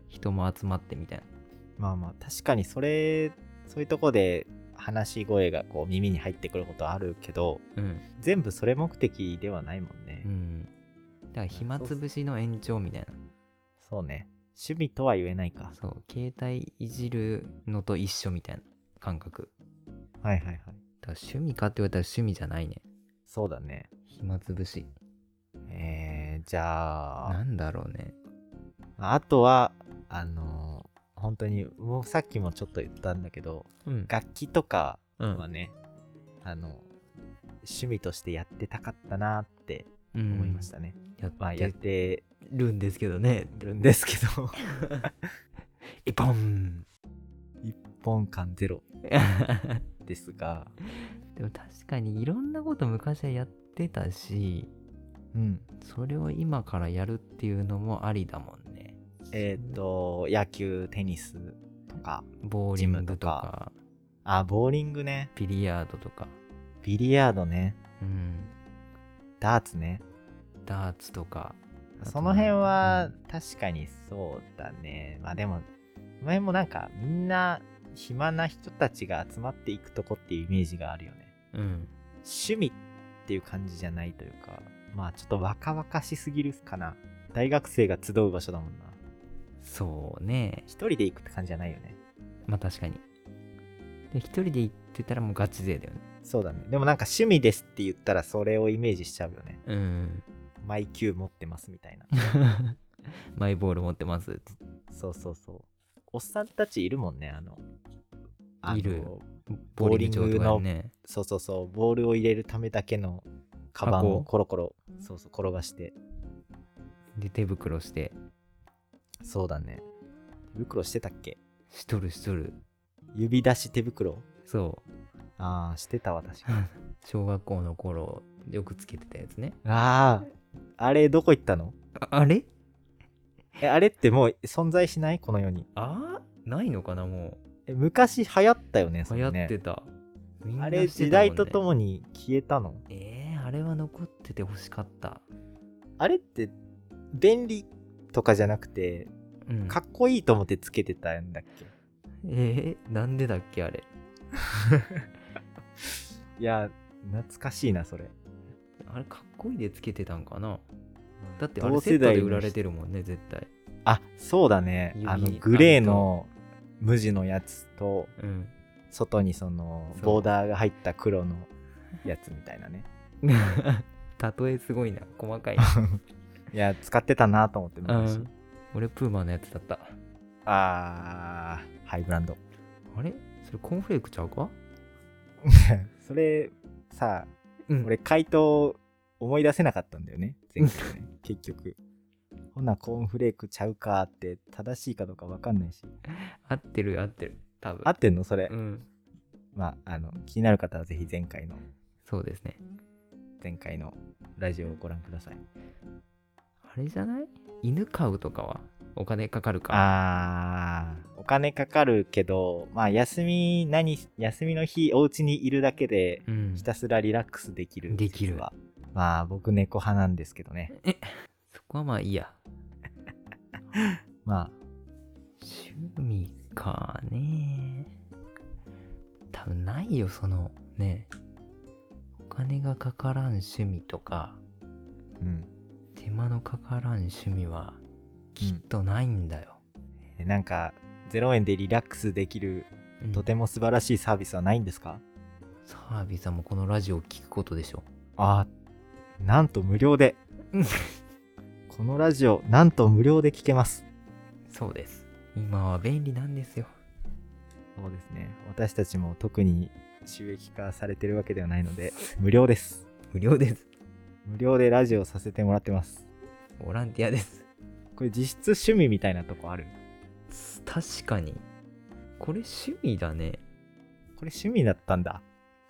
[SPEAKER 2] 人も集まってみたいな
[SPEAKER 1] まあまあ確かにそれそういうとこで話し声がこう耳に入ってくることあるけど
[SPEAKER 2] うん
[SPEAKER 1] 全部それ目的ではないもんね、
[SPEAKER 2] うんだから暇つぶしの延長みたい
[SPEAKER 1] そうね趣味とは言えないか
[SPEAKER 2] なそう携帯いじるのと一緒みたいな感覚
[SPEAKER 1] はいはいはい
[SPEAKER 2] だから趣味かって言われたら趣味じゃないね
[SPEAKER 1] そうだね
[SPEAKER 2] 暇つぶし
[SPEAKER 1] えー、じゃ
[SPEAKER 2] な
[SPEAKER 1] あ、
[SPEAKER 2] んだろうね
[SPEAKER 1] あとは、あのー本当に、もうさっきもちょっと言ったんだけど、
[SPEAKER 2] うん
[SPEAKER 1] 楽器とか
[SPEAKER 2] うん
[SPEAKER 1] はね、あの、趣味としてやってたかったなって
[SPEAKER 2] うん
[SPEAKER 1] 思いましたね。
[SPEAKER 2] やっ
[SPEAKER 1] まあ、やってて
[SPEAKER 2] るんですけどね
[SPEAKER 1] るんですけ ど、
[SPEAKER 2] 一 本
[SPEAKER 1] 一本感ゼロですが、
[SPEAKER 2] でも確かにいろんなこと昔はやってたし
[SPEAKER 1] うん。
[SPEAKER 2] それを今からやるっていうのもありだもんね。
[SPEAKER 1] えっ、と、野球、テニスとか、
[SPEAKER 2] ボーリングとか
[SPEAKER 1] ジムとかあ、ボーリングね、
[SPEAKER 2] ビリヤードとか、
[SPEAKER 1] ビリヤードね、
[SPEAKER 2] うん、
[SPEAKER 1] ダーツね。
[SPEAKER 2] ダーツとか。
[SPEAKER 1] その辺は
[SPEAKER 2] あとね
[SPEAKER 1] 確かにそうだね。まあでも、前もなんかみんな暇な人たちが集まっていくとこっていうイメージがあるよね。
[SPEAKER 2] うん、
[SPEAKER 1] 趣味っていう感じじゃないというか、まあちょっと若々しすぎるかな。大学生が集う場所だもんな。
[SPEAKER 2] そうね。
[SPEAKER 1] 一人で行くって感じじゃないよね。
[SPEAKER 2] まあ確かに。で、一人で行ってたらもうガチ勢だよね。
[SPEAKER 1] そうだね。でもなんか趣味ですって言ったらそれをイメージしちゃうよね。
[SPEAKER 2] うん。
[SPEAKER 1] マイキュー持ってますみたいな。
[SPEAKER 2] マイボール持ってますって。
[SPEAKER 1] そうそうそう。おっさんたちいるもんね、あの。あの
[SPEAKER 2] いる
[SPEAKER 1] ボーリングの
[SPEAKER 2] ボ場とかにね。
[SPEAKER 1] そうそうそう、ボールを入れるためだけのカバン
[SPEAKER 2] 箱
[SPEAKER 1] をコロコロ、そうそう、転がして。
[SPEAKER 2] で手袋して
[SPEAKER 1] そうだね。手袋してたっけ
[SPEAKER 2] しとるしとる
[SPEAKER 1] 指出し手袋
[SPEAKER 2] そう
[SPEAKER 1] ああ、してたわ、確かに。
[SPEAKER 2] 小学校の頃よくつけてたやつね
[SPEAKER 1] ああ、あれどこ行ったの
[SPEAKER 2] ああれ
[SPEAKER 1] え、あれってもう存在しないこの世に。
[SPEAKER 2] あーないのかなも
[SPEAKER 1] え昔流行ったよね、
[SPEAKER 2] う
[SPEAKER 1] そ
[SPEAKER 2] 流
[SPEAKER 1] れ
[SPEAKER 2] 行
[SPEAKER 1] ね
[SPEAKER 2] ってた、みんな
[SPEAKER 1] あれ
[SPEAKER 2] して
[SPEAKER 1] 時
[SPEAKER 2] たもん
[SPEAKER 1] 代
[SPEAKER 2] ね
[SPEAKER 1] とともに消えたの
[SPEAKER 2] えー、あれは残ってて欲しかった、
[SPEAKER 1] あれって便利とかじゃなくて
[SPEAKER 2] うん、
[SPEAKER 1] かっこいいと思ってつけてたんだっけ、
[SPEAKER 2] えー、なんでだっけあれ
[SPEAKER 1] いや懐かしいなそれ
[SPEAKER 2] あれかっこいいでつけてたんかなだってあれ
[SPEAKER 1] 同
[SPEAKER 2] セッ
[SPEAKER 1] 世
[SPEAKER 2] ト
[SPEAKER 1] 代
[SPEAKER 2] で
[SPEAKER 1] の
[SPEAKER 2] 売られてるもんね絶対
[SPEAKER 1] あそうだね
[SPEAKER 2] 指
[SPEAKER 1] あのグレーの無地のやつと
[SPEAKER 2] うん
[SPEAKER 1] 外にその
[SPEAKER 2] そう
[SPEAKER 1] ボーダーが入った黒のやつみたいなね
[SPEAKER 2] 例えすごいな細かいな
[SPEAKER 1] いや使ってたなと思って昔
[SPEAKER 2] うん俺プーマのやつだった
[SPEAKER 1] あーハイブランド
[SPEAKER 2] あれそれコーンフレークちゃうか
[SPEAKER 1] それさあ
[SPEAKER 2] うん
[SPEAKER 1] 俺回答思い出せなかったんだよね前回 ね結局ほなコーンフレークちゃうかって正しいかどうか分かんないし
[SPEAKER 2] 合ってるよ合ってる多分
[SPEAKER 1] 合ってんのそれ、
[SPEAKER 2] うん
[SPEAKER 1] まああの気になる方はぜひ前回の
[SPEAKER 2] そうですね
[SPEAKER 1] 前回のラジオをご覧ください
[SPEAKER 2] あれじゃない犬飼うとかはお金かかるか
[SPEAKER 1] あーお金かかるけどまあ休み何休みの日お家にいるだけで
[SPEAKER 2] うん
[SPEAKER 1] ひたすらリラックスできる
[SPEAKER 2] できる
[SPEAKER 1] 実はまあ僕猫派なんですけどね
[SPEAKER 2] そこはまあいいや
[SPEAKER 1] まあ
[SPEAKER 2] 趣味かね多分ないよそのねお金がかからん趣味とか
[SPEAKER 1] うん
[SPEAKER 2] 手間のかからん趣味はきっとないんだよ、
[SPEAKER 1] えなんか0円でリラックスできる
[SPEAKER 2] うん
[SPEAKER 1] とても素晴らしいサービスはないんですか
[SPEAKER 2] サービスはもうこのラジオを聞くことでしょ
[SPEAKER 1] あーなんと無 料で
[SPEAKER 2] うん
[SPEAKER 1] このラジオなんと無料で聞けます
[SPEAKER 2] そうです今は便利なんですよ
[SPEAKER 1] そうですね私たちも特に収益化されてるわけではないので無料です
[SPEAKER 2] 無料です
[SPEAKER 1] 無料でラジオさせてもらってます
[SPEAKER 2] ボランティアです
[SPEAKER 1] これ実質趣味みたいなとこある
[SPEAKER 2] 確かにこれ趣味だね
[SPEAKER 1] これ趣味だったんだ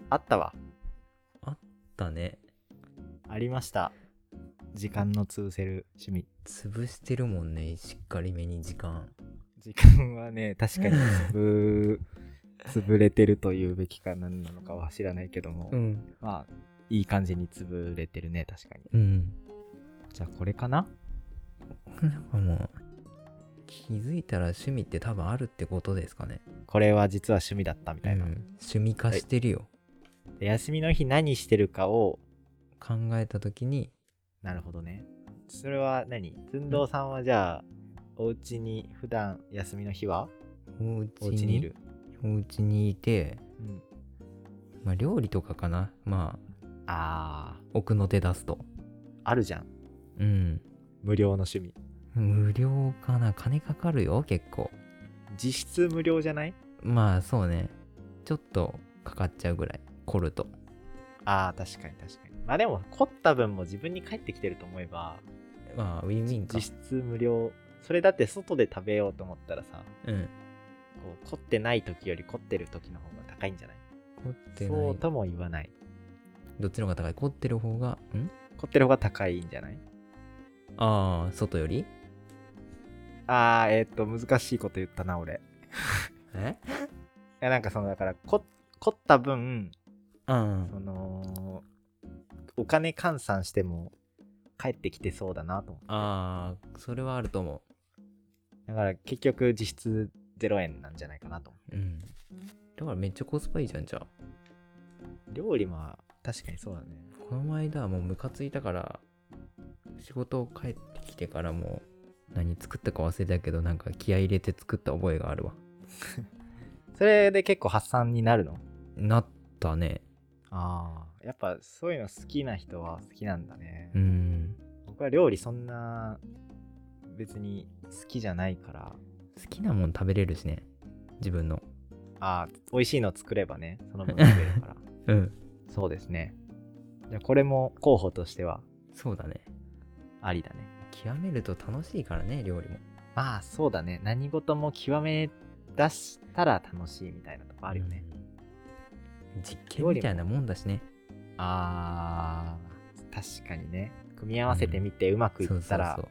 [SPEAKER 1] あったわ
[SPEAKER 2] だね
[SPEAKER 1] ありました時間の潰せる趣味
[SPEAKER 2] 潰してるもんねしっかりめに時間
[SPEAKER 1] 時間はね確かに潰潰れてるというべきか何なのかは知らないけども、
[SPEAKER 2] ん
[SPEAKER 1] まあいい感じに潰れてるね確かに
[SPEAKER 2] うん
[SPEAKER 1] じゃあこれかな
[SPEAKER 2] なんかもう気づいたら趣味って多分あるってことですかね、
[SPEAKER 1] これは実は趣味だったみたいな、
[SPEAKER 2] 趣味化してるよ、
[SPEAKER 1] で休みの日何してるかを
[SPEAKER 2] 考えた時に
[SPEAKER 1] なるほどねそれは何寸胴さんはじゃあ、お家に普段休みの日は
[SPEAKER 2] おう
[SPEAKER 1] お家
[SPEAKER 2] ち
[SPEAKER 1] にい
[SPEAKER 2] に
[SPEAKER 1] る、
[SPEAKER 2] お家にいて、
[SPEAKER 1] うん、
[SPEAKER 2] まあ、料理とかかなまあ
[SPEAKER 1] あー
[SPEAKER 2] 奥の手出すと
[SPEAKER 1] あるじゃん
[SPEAKER 2] うん
[SPEAKER 1] 無料の趣味
[SPEAKER 2] 無料かな金かかるよ結構
[SPEAKER 1] 実質無料じゃない
[SPEAKER 2] まあそうねちょっとかかっちゃうぐらい凝ると
[SPEAKER 1] あー確かに確かにまあでも凝った分も自分に返ってきてると思えば
[SPEAKER 2] まあウィンウィンか
[SPEAKER 1] 実質無料それだって外で食べようと思ったらさ
[SPEAKER 2] うん
[SPEAKER 1] こう凝ってない時より凝ってる時の方が高いんじゃない
[SPEAKER 2] 凝ってな
[SPEAKER 1] そう
[SPEAKER 2] い
[SPEAKER 1] とも言わない
[SPEAKER 2] どっちの方が高い凝ってる方がん
[SPEAKER 1] 凝ってる方が高いんじゃない
[SPEAKER 2] ああ外より
[SPEAKER 1] あーえーっと難しいこと言ったな俺い
[SPEAKER 2] え
[SPEAKER 1] やなんかそのだから凝凝った分
[SPEAKER 2] うん
[SPEAKER 1] そのお金換算しても返ってきてそうだなと思って
[SPEAKER 2] ああそれはあると思
[SPEAKER 1] だから結局実質0円なんじゃないかなと思
[SPEAKER 2] ううんだからめっちゃコスパいいじゃんじゃあ
[SPEAKER 1] う料理も確かにそうだね
[SPEAKER 2] この間はもうムカついたから仕事を帰ってきてからもう何作ったか忘れたけどなんか気合い入れて作った覚えがあるわ
[SPEAKER 1] それで結構発散になるの
[SPEAKER 2] なったね
[SPEAKER 1] ああやっぱそういうの好きな人は好きなんだね、
[SPEAKER 2] うん
[SPEAKER 1] 僕は料理そんな別に好きじゃないから
[SPEAKER 2] 好きなもん食べれるしね自分の
[SPEAKER 1] ああ美味しいの作ればねその分食べる から
[SPEAKER 2] うん
[SPEAKER 1] そうですねじゃあこれも候補としては
[SPEAKER 2] そうだね
[SPEAKER 1] ありだね
[SPEAKER 2] 今極めると楽しいからね料理も
[SPEAKER 1] まあそうだね何事も極め出したら楽しいみたいなとこあるよね、、
[SPEAKER 2] うん実験みたいなもんだしね
[SPEAKER 1] あー確かにね組み合わせてみてうまくい
[SPEAKER 2] そう
[SPEAKER 1] っ
[SPEAKER 2] そ
[SPEAKER 1] た
[SPEAKER 2] う
[SPEAKER 1] ら
[SPEAKER 2] そう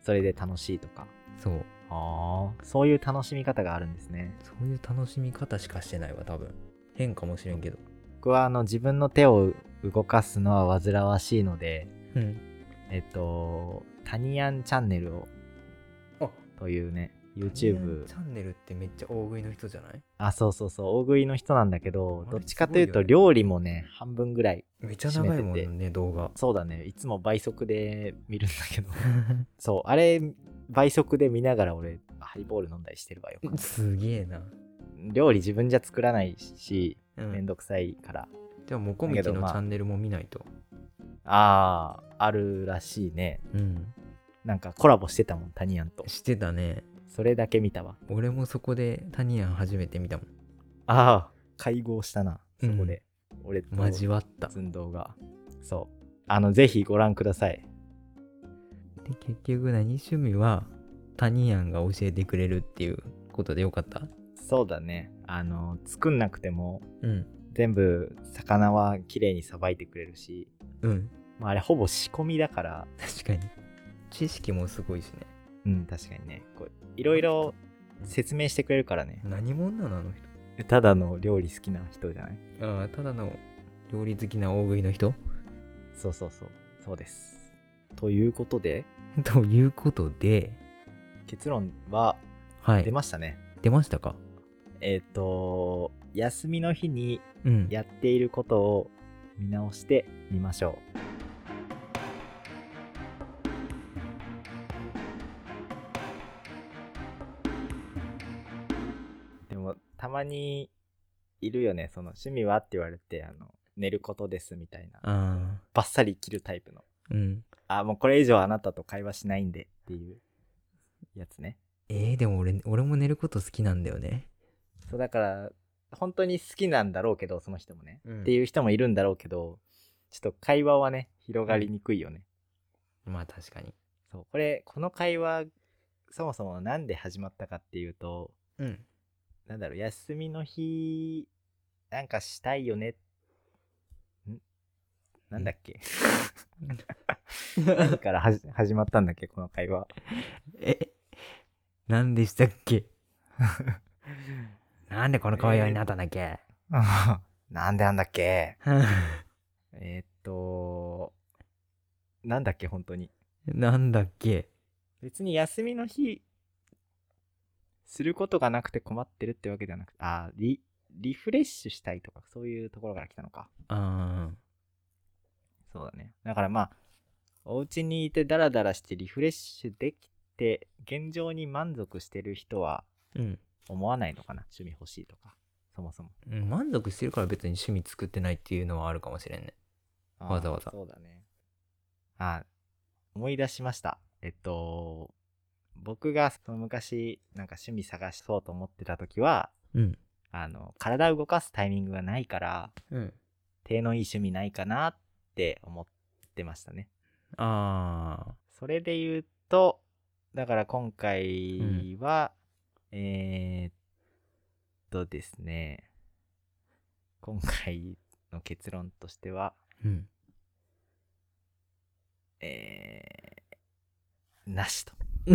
[SPEAKER 1] それで楽しいとか
[SPEAKER 2] そう
[SPEAKER 1] ああそういう楽しみ方があるんですね
[SPEAKER 2] そういう楽しみ方しかしてないわ多分変かもしれんけど
[SPEAKER 1] 僕はあの自分の手を動かすのは煩わしいので
[SPEAKER 2] うん
[SPEAKER 1] えっとタニアンチャンネルを
[SPEAKER 2] あ
[SPEAKER 1] というね YouTube
[SPEAKER 2] チャンネルってめっちゃ大食いの人じゃない
[SPEAKER 1] あそうそうそう大食いの人なんだけど
[SPEAKER 2] あれ
[SPEAKER 1] どっちかという
[SPEAKER 2] すご
[SPEAKER 1] と
[SPEAKER 2] いよね
[SPEAKER 1] 料理もね半分ぐらい
[SPEAKER 2] めっちゃ長いもん
[SPEAKER 1] 締
[SPEAKER 2] ね 動画
[SPEAKER 1] そうだねいつも倍速で見るんだけどそうあれ倍速で見ながら俺ハイボール飲んだりしてるわよ
[SPEAKER 2] すげえな、
[SPEAKER 1] 料理自分じゃ作らないし
[SPEAKER 2] うん
[SPEAKER 1] めんどくさいから、
[SPEAKER 2] じゃあもこみ
[SPEAKER 1] だ
[SPEAKER 2] ち
[SPEAKER 1] け
[SPEAKER 2] の
[SPEAKER 1] ど
[SPEAKER 2] チ
[SPEAKER 1] まあ
[SPEAKER 2] ャンネルも見ないと、
[SPEAKER 1] あああるらしいね
[SPEAKER 2] うん
[SPEAKER 1] なんかコラボしてたもんタニアンと
[SPEAKER 2] してたね
[SPEAKER 1] それだけ見たわ
[SPEAKER 2] 俺もそこでタニアン初めて見たもん
[SPEAKER 1] ああ会合したなそ
[SPEAKER 2] うん
[SPEAKER 1] こで、俺と
[SPEAKER 2] 交わったで
[SPEAKER 1] 寸胴がそうあのぜひご覧ください
[SPEAKER 2] 結局何趣味はタニアンが教えてくれるっていうことでよかった
[SPEAKER 1] そうだねあの作んなくても
[SPEAKER 2] うん
[SPEAKER 1] 全部魚は綺麗にさばいてくれるし、
[SPEAKER 2] うん
[SPEAKER 1] まあ、あれほぼ仕込みだから
[SPEAKER 2] 確かに知識もすごいしね
[SPEAKER 1] うん確かにねこういろいろ説明してくれるからね
[SPEAKER 2] 何者なのあの人
[SPEAKER 1] ただの料理好きな人じゃない
[SPEAKER 2] ああただの料理好きな大食いの人
[SPEAKER 1] そうそうそうそうですということで
[SPEAKER 2] ということで
[SPEAKER 1] 結論は
[SPEAKER 2] はい
[SPEAKER 1] 出ましたね、
[SPEAKER 2] 出ましたか
[SPEAKER 1] えっ、と休みの日に
[SPEAKER 2] うん
[SPEAKER 1] やっていることを見直してみましょうでもたまにいるよねその趣味はって言われてあの寝ることですみたいな
[SPEAKER 2] あ
[SPEAKER 1] バッサリ切るタイプの
[SPEAKER 2] あうん
[SPEAKER 1] あもうこれ以上あなたと会話しないんでっていうやつね
[SPEAKER 2] えー、でも俺俺も寝ること好きなんだよね、
[SPEAKER 1] そうだから本当に好きなんだろうけどその人もね
[SPEAKER 2] うん
[SPEAKER 1] っていう人もいるんだろうけど、ちょっと会話はね、広がりにくいよね。
[SPEAKER 2] まあ確かに
[SPEAKER 1] そう、これ、この会話、そもそもなんで始まったかっていうと、
[SPEAKER 2] うん
[SPEAKER 1] なんだろう、休みの日、なんかしたいよね。んなんだっけ何からはじ始まったんだっけこの会 話。
[SPEAKER 2] え何でしたっけ なんでこの会話になったんだっけ、
[SPEAKER 1] なんでなんだっけえーっと、なんだっけ本当に。
[SPEAKER 2] なんだっけ
[SPEAKER 1] 別に休みの日することがなくて困ってるってわけじゃなくてあーリリフレッシュしたいとかそういうところから来たのか
[SPEAKER 2] あ
[SPEAKER 1] そうだねだからまあお家にいてダラダラしてリフレッシュできて現状に満足してる人は
[SPEAKER 2] ーうん
[SPEAKER 1] 思わないのかな趣味欲しいとかそもそも
[SPEAKER 2] うん満足してるから別に趣味作ってないっていうのはあるかもしれんね
[SPEAKER 1] あー
[SPEAKER 2] わざわざ
[SPEAKER 1] そうだねあー思い出しましたえっと僕がその昔なんか趣味探そうと思ってた時は
[SPEAKER 2] うん
[SPEAKER 1] あの、体を動かすタイミングがないから、
[SPEAKER 2] うん
[SPEAKER 1] 手のいい趣味ないかなって思ってましたね。
[SPEAKER 2] ああ
[SPEAKER 1] それで言うと、だから今回は、えーっとですね、今回の結論としては、
[SPEAKER 2] うん
[SPEAKER 1] えー、なしと。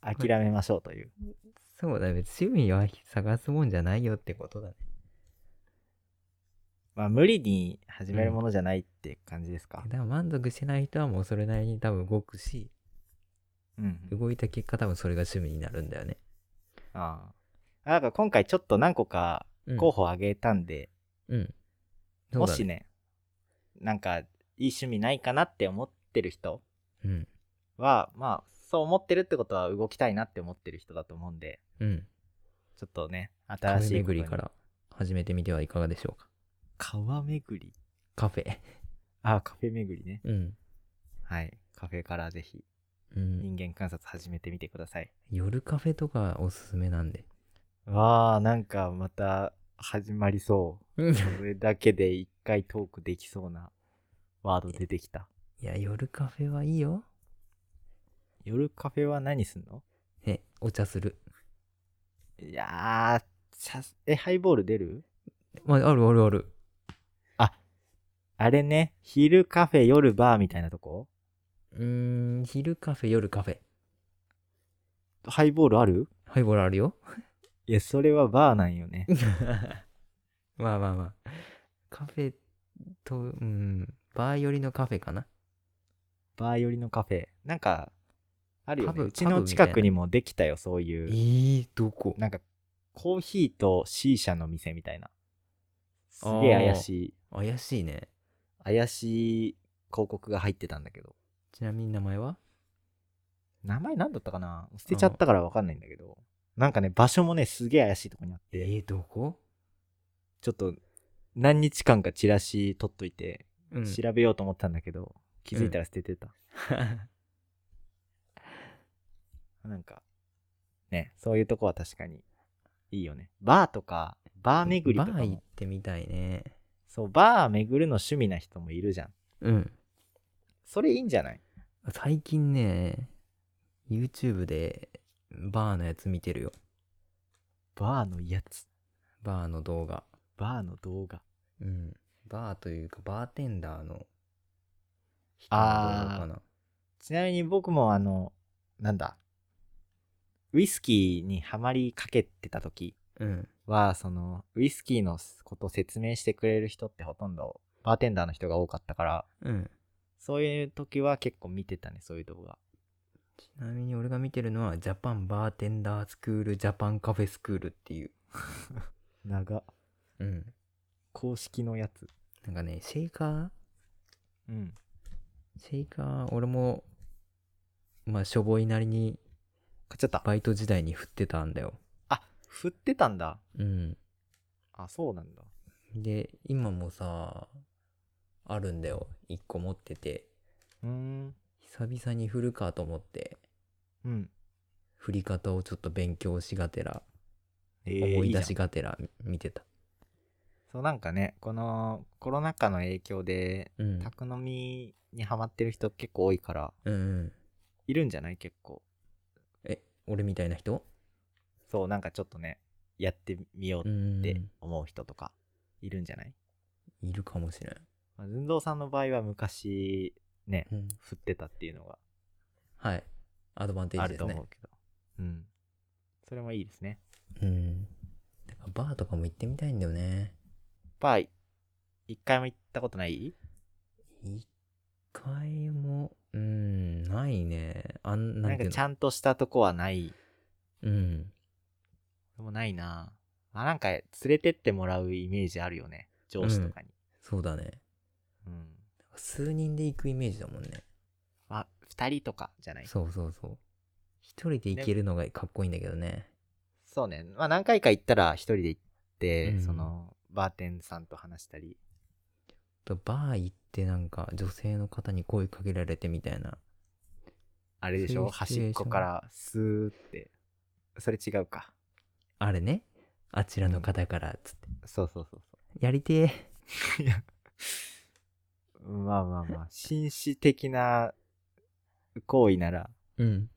[SPEAKER 1] 諦めましょうという。
[SPEAKER 2] そうだね別に趣味は探すもんじゃないよってことだね
[SPEAKER 1] まあ、無理に始めるものじゃないって感じですか。
[SPEAKER 2] だから満足してない人はもうそれなりに多分動くし
[SPEAKER 1] うん
[SPEAKER 2] 動いた結果多分それが趣味になるんだよね
[SPEAKER 1] ああ。なんか今回ちょっと何個か
[SPEAKER 2] うん
[SPEAKER 1] 候補あげたんで、
[SPEAKER 2] うんそう
[SPEAKER 1] も
[SPEAKER 2] だ
[SPEAKER 1] しね、なんかいい趣味ないかなって思ってる人
[SPEAKER 2] うん
[SPEAKER 1] は、まあ、そう思ってるってことは動きたいなって思ってる人だと思うんで、
[SPEAKER 2] うん
[SPEAKER 1] ちょっとね、新
[SPEAKER 2] 亀
[SPEAKER 1] しいこと
[SPEAKER 2] 巡
[SPEAKER 1] に。
[SPEAKER 2] りから始めてみてはいかがでしょうか
[SPEAKER 1] 川巡り
[SPEAKER 2] カフェ
[SPEAKER 1] ああ、カフェ巡りね。
[SPEAKER 2] うん、
[SPEAKER 1] はい。カフェからぜひ
[SPEAKER 2] うん、
[SPEAKER 1] 人間観察始めてみてください。
[SPEAKER 2] 夜カフェとかおすすめなんで
[SPEAKER 1] わあ、なんかま た始まりそう。それだけで一回トークできそうなワード出てきた。
[SPEAKER 2] いや、夜カフェはいいよ。
[SPEAKER 1] 夜カフェは何すんの
[SPEAKER 2] え、お茶する。
[SPEAKER 1] いやー、さすえ、ハイボール出る
[SPEAKER 2] まあ、あるあるある。
[SPEAKER 1] あれね、昼カフェ、夜バーみたいなとこ
[SPEAKER 2] うーん、昼カフェ、夜カフェ。
[SPEAKER 1] ハイボールある
[SPEAKER 2] ハイボールある よ。
[SPEAKER 1] いや、それはバーなんよね。
[SPEAKER 2] まあまあまあ。カフェと、うん、バー寄りのカフェかな。
[SPEAKER 1] バー寄りのカフェ。なんか、あるよ
[SPEAKER 2] パ
[SPEAKER 1] ね。
[SPEAKER 2] ブ
[SPEAKER 1] うち
[SPEAKER 2] パブ
[SPEAKER 1] の
[SPEAKER 2] みたいな
[SPEAKER 1] 近くにもできたよ、そういう。
[SPEAKER 2] ええどこ
[SPEAKER 1] なんか、コーヒーと C 社の店みたいな。すげえ怪しい。
[SPEAKER 2] 怪しいね。
[SPEAKER 1] 怪しい広告が入ってたんだけど。
[SPEAKER 2] ちなみに名前は
[SPEAKER 1] 名前なんだったかな捨てちゃったからわかんないんだけど。なんかね、場所もね、すげえ怪しいとこにあって。
[SPEAKER 2] ええどこ
[SPEAKER 1] ちょっと何日間かチラシ取っといて
[SPEAKER 2] うん。
[SPEAKER 1] 調べようと思ったんだけど、気づいたら捨てて た、なんかねそういうとこは確かにいいよねバーとかバー巡りとか
[SPEAKER 2] バー行っ
[SPEAKER 1] も
[SPEAKER 2] てみたいね。
[SPEAKER 1] そうバー巡るの趣味な人もいるじゃん
[SPEAKER 2] うん。
[SPEAKER 1] それいいんじゃない
[SPEAKER 2] 最近ね、YouTube でバーのやつ見てるよ。
[SPEAKER 1] バーのやつ
[SPEAKER 2] バーの動画。
[SPEAKER 1] バーの動画
[SPEAKER 2] うん。バーというか、バーテンダーの人の動
[SPEAKER 1] あー
[SPEAKER 2] 画かな。
[SPEAKER 1] ちなみに僕もあのなんだウイスキーにはまりかけてた時
[SPEAKER 2] うん。
[SPEAKER 1] はそのウイスキーのことを説明してくれる人ってほとんどバーテンダーの人が多かったから
[SPEAKER 2] うん。
[SPEAKER 1] そういう時は結構見てたねそういう動画
[SPEAKER 2] ちなみに俺が見てるのは、ジャパンバーテンダースクール、ジャパンカフェスクールっていう。
[SPEAKER 1] 長
[SPEAKER 2] うん。
[SPEAKER 1] 公式のやつ
[SPEAKER 2] なんかね、シェイカー
[SPEAKER 1] うん
[SPEAKER 2] シェイカー、俺も、まあ、しょぼいなりに、
[SPEAKER 1] 買っちゃった
[SPEAKER 2] バイト時代に振ってたんだよ。
[SPEAKER 1] あ振ってたんだ
[SPEAKER 2] うん。
[SPEAKER 1] あそうなんだ
[SPEAKER 2] で、今もさ、あるんだよ。一個持ってて。
[SPEAKER 1] うーん
[SPEAKER 2] 久々に振るかと思って、
[SPEAKER 1] うん
[SPEAKER 2] 振り方をちょっと勉強しがてら、
[SPEAKER 1] えー
[SPEAKER 2] 思い出
[SPEAKER 1] いいじゃ
[SPEAKER 2] し
[SPEAKER 1] ん
[SPEAKER 2] がてら見てた。
[SPEAKER 1] そうなんかねこのコロナ禍の影響で
[SPEAKER 2] うん。
[SPEAKER 1] 宅飲みにハマってる人結構多いから
[SPEAKER 2] うんうん。
[SPEAKER 1] いるんじゃない結構
[SPEAKER 2] え、俺みたいな人
[SPEAKER 1] そうなんかちょっとねやってみよう
[SPEAKER 2] う
[SPEAKER 1] っ
[SPEAKER 2] ん。
[SPEAKER 1] て思う人とかいるんじゃない、
[SPEAKER 2] いるかもしれない。
[SPEAKER 1] まあ、ずんどうさんの場合は昔ね
[SPEAKER 2] うん。
[SPEAKER 1] 振ってたっていうのが
[SPEAKER 2] はい。アドバンテー
[SPEAKER 1] あ
[SPEAKER 2] ジ
[SPEAKER 1] る
[SPEAKER 2] です
[SPEAKER 1] と思
[SPEAKER 2] ね
[SPEAKER 1] う。けど、うんそれもいいですね
[SPEAKER 2] うん。だからバーとかも行ってみたいんだよね。
[SPEAKER 1] バイ一回も行ったことない
[SPEAKER 2] 一回も、うん、ないね。あん、
[SPEAKER 1] な
[SPEAKER 2] な
[SPEAKER 1] んん
[SPEAKER 2] てい
[SPEAKER 1] か
[SPEAKER 2] う
[SPEAKER 1] ちゃんとしたとこはない
[SPEAKER 2] のうん。
[SPEAKER 1] でもないなあなんか連れてってもらうイメージあるよね上司とかに
[SPEAKER 2] そうだね。
[SPEAKER 1] うん、
[SPEAKER 2] 数人で行くイメージだもんね。
[SPEAKER 1] あ二人とかじゃない
[SPEAKER 2] そうそうそう。一人で行けるのがかっこいいんだけどね。
[SPEAKER 1] そうねまあ何回か行ったら一人で行って、
[SPEAKER 2] うん
[SPEAKER 1] そのバーテンさんと話したり
[SPEAKER 2] とバー行ってなんか女性の方に声かけられてみたいな。
[SPEAKER 1] あれでしょ
[SPEAKER 2] そういうシチュエ
[SPEAKER 1] 端
[SPEAKER 2] ーション
[SPEAKER 1] っこからスーってそれ違うか
[SPEAKER 2] あれね。あちらの方から、つって。
[SPEAKER 1] そうそうそうそ
[SPEAKER 2] やりてえ。
[SPEAKER 1] ういやまあまあまあ 紳士的な行為なら
[SPEAKER 2] うん。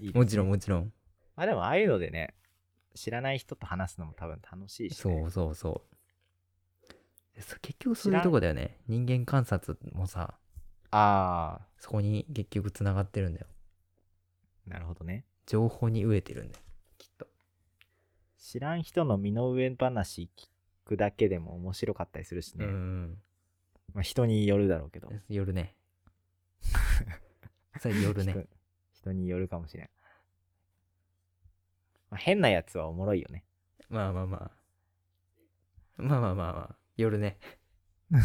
[SPEAKER 1] いいですね
[SPEAKER 2] もちろんもちろん。
[SPEAKER 1] まあでもああいうのでね、知らない人と話すのも多分楽しいし、ね。
[SPEAKER 2] そうそうそう。そ結局そういうとこだよね。人間観察もさ、
[SPEAKER 1] ああ、
[SPEAKER 2] そこに結局つながってるんだよ。
[SPEAKER 1] なるほどね。
[SPEAKER 2] 情報に飢えてるんだよ。きっと。
[SPEAKER 1] 知らん人の身の上話聞くだけでも面白かったりするしね。
[SPEAKER 2] うん。
[SPEAKER 1] まあ人によるだろうけど。
[SPEAKER 2] 夜 ね。それ夜ね
[SPEAKER 1] 人。人によるかもしれん。まあ、変なやつはおもろいよね。
[SPEAKER 2] まあまあまあ。まあまあまあまあ。夜ね。
[SPEAKER 1] そう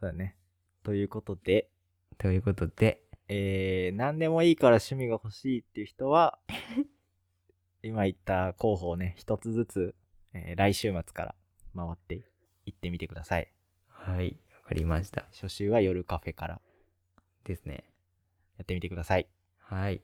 [SPEAKER 1] だね。ということで、
[SPEAKER 2] ということで、
[SPEAKER 1] えー、何でもいいから趣味が欲しいっていう人は、 今言った候補をね、一つずつ、えー来週末から回っていってみてください。
[SPEAKER 2] はい。わかりました。
[SPEAKER 1] 初週は夜カフェから
[SPEAKER 2] ですね。
[SPEAKER 1] やってみてください。
[SPEAKER 2] はい。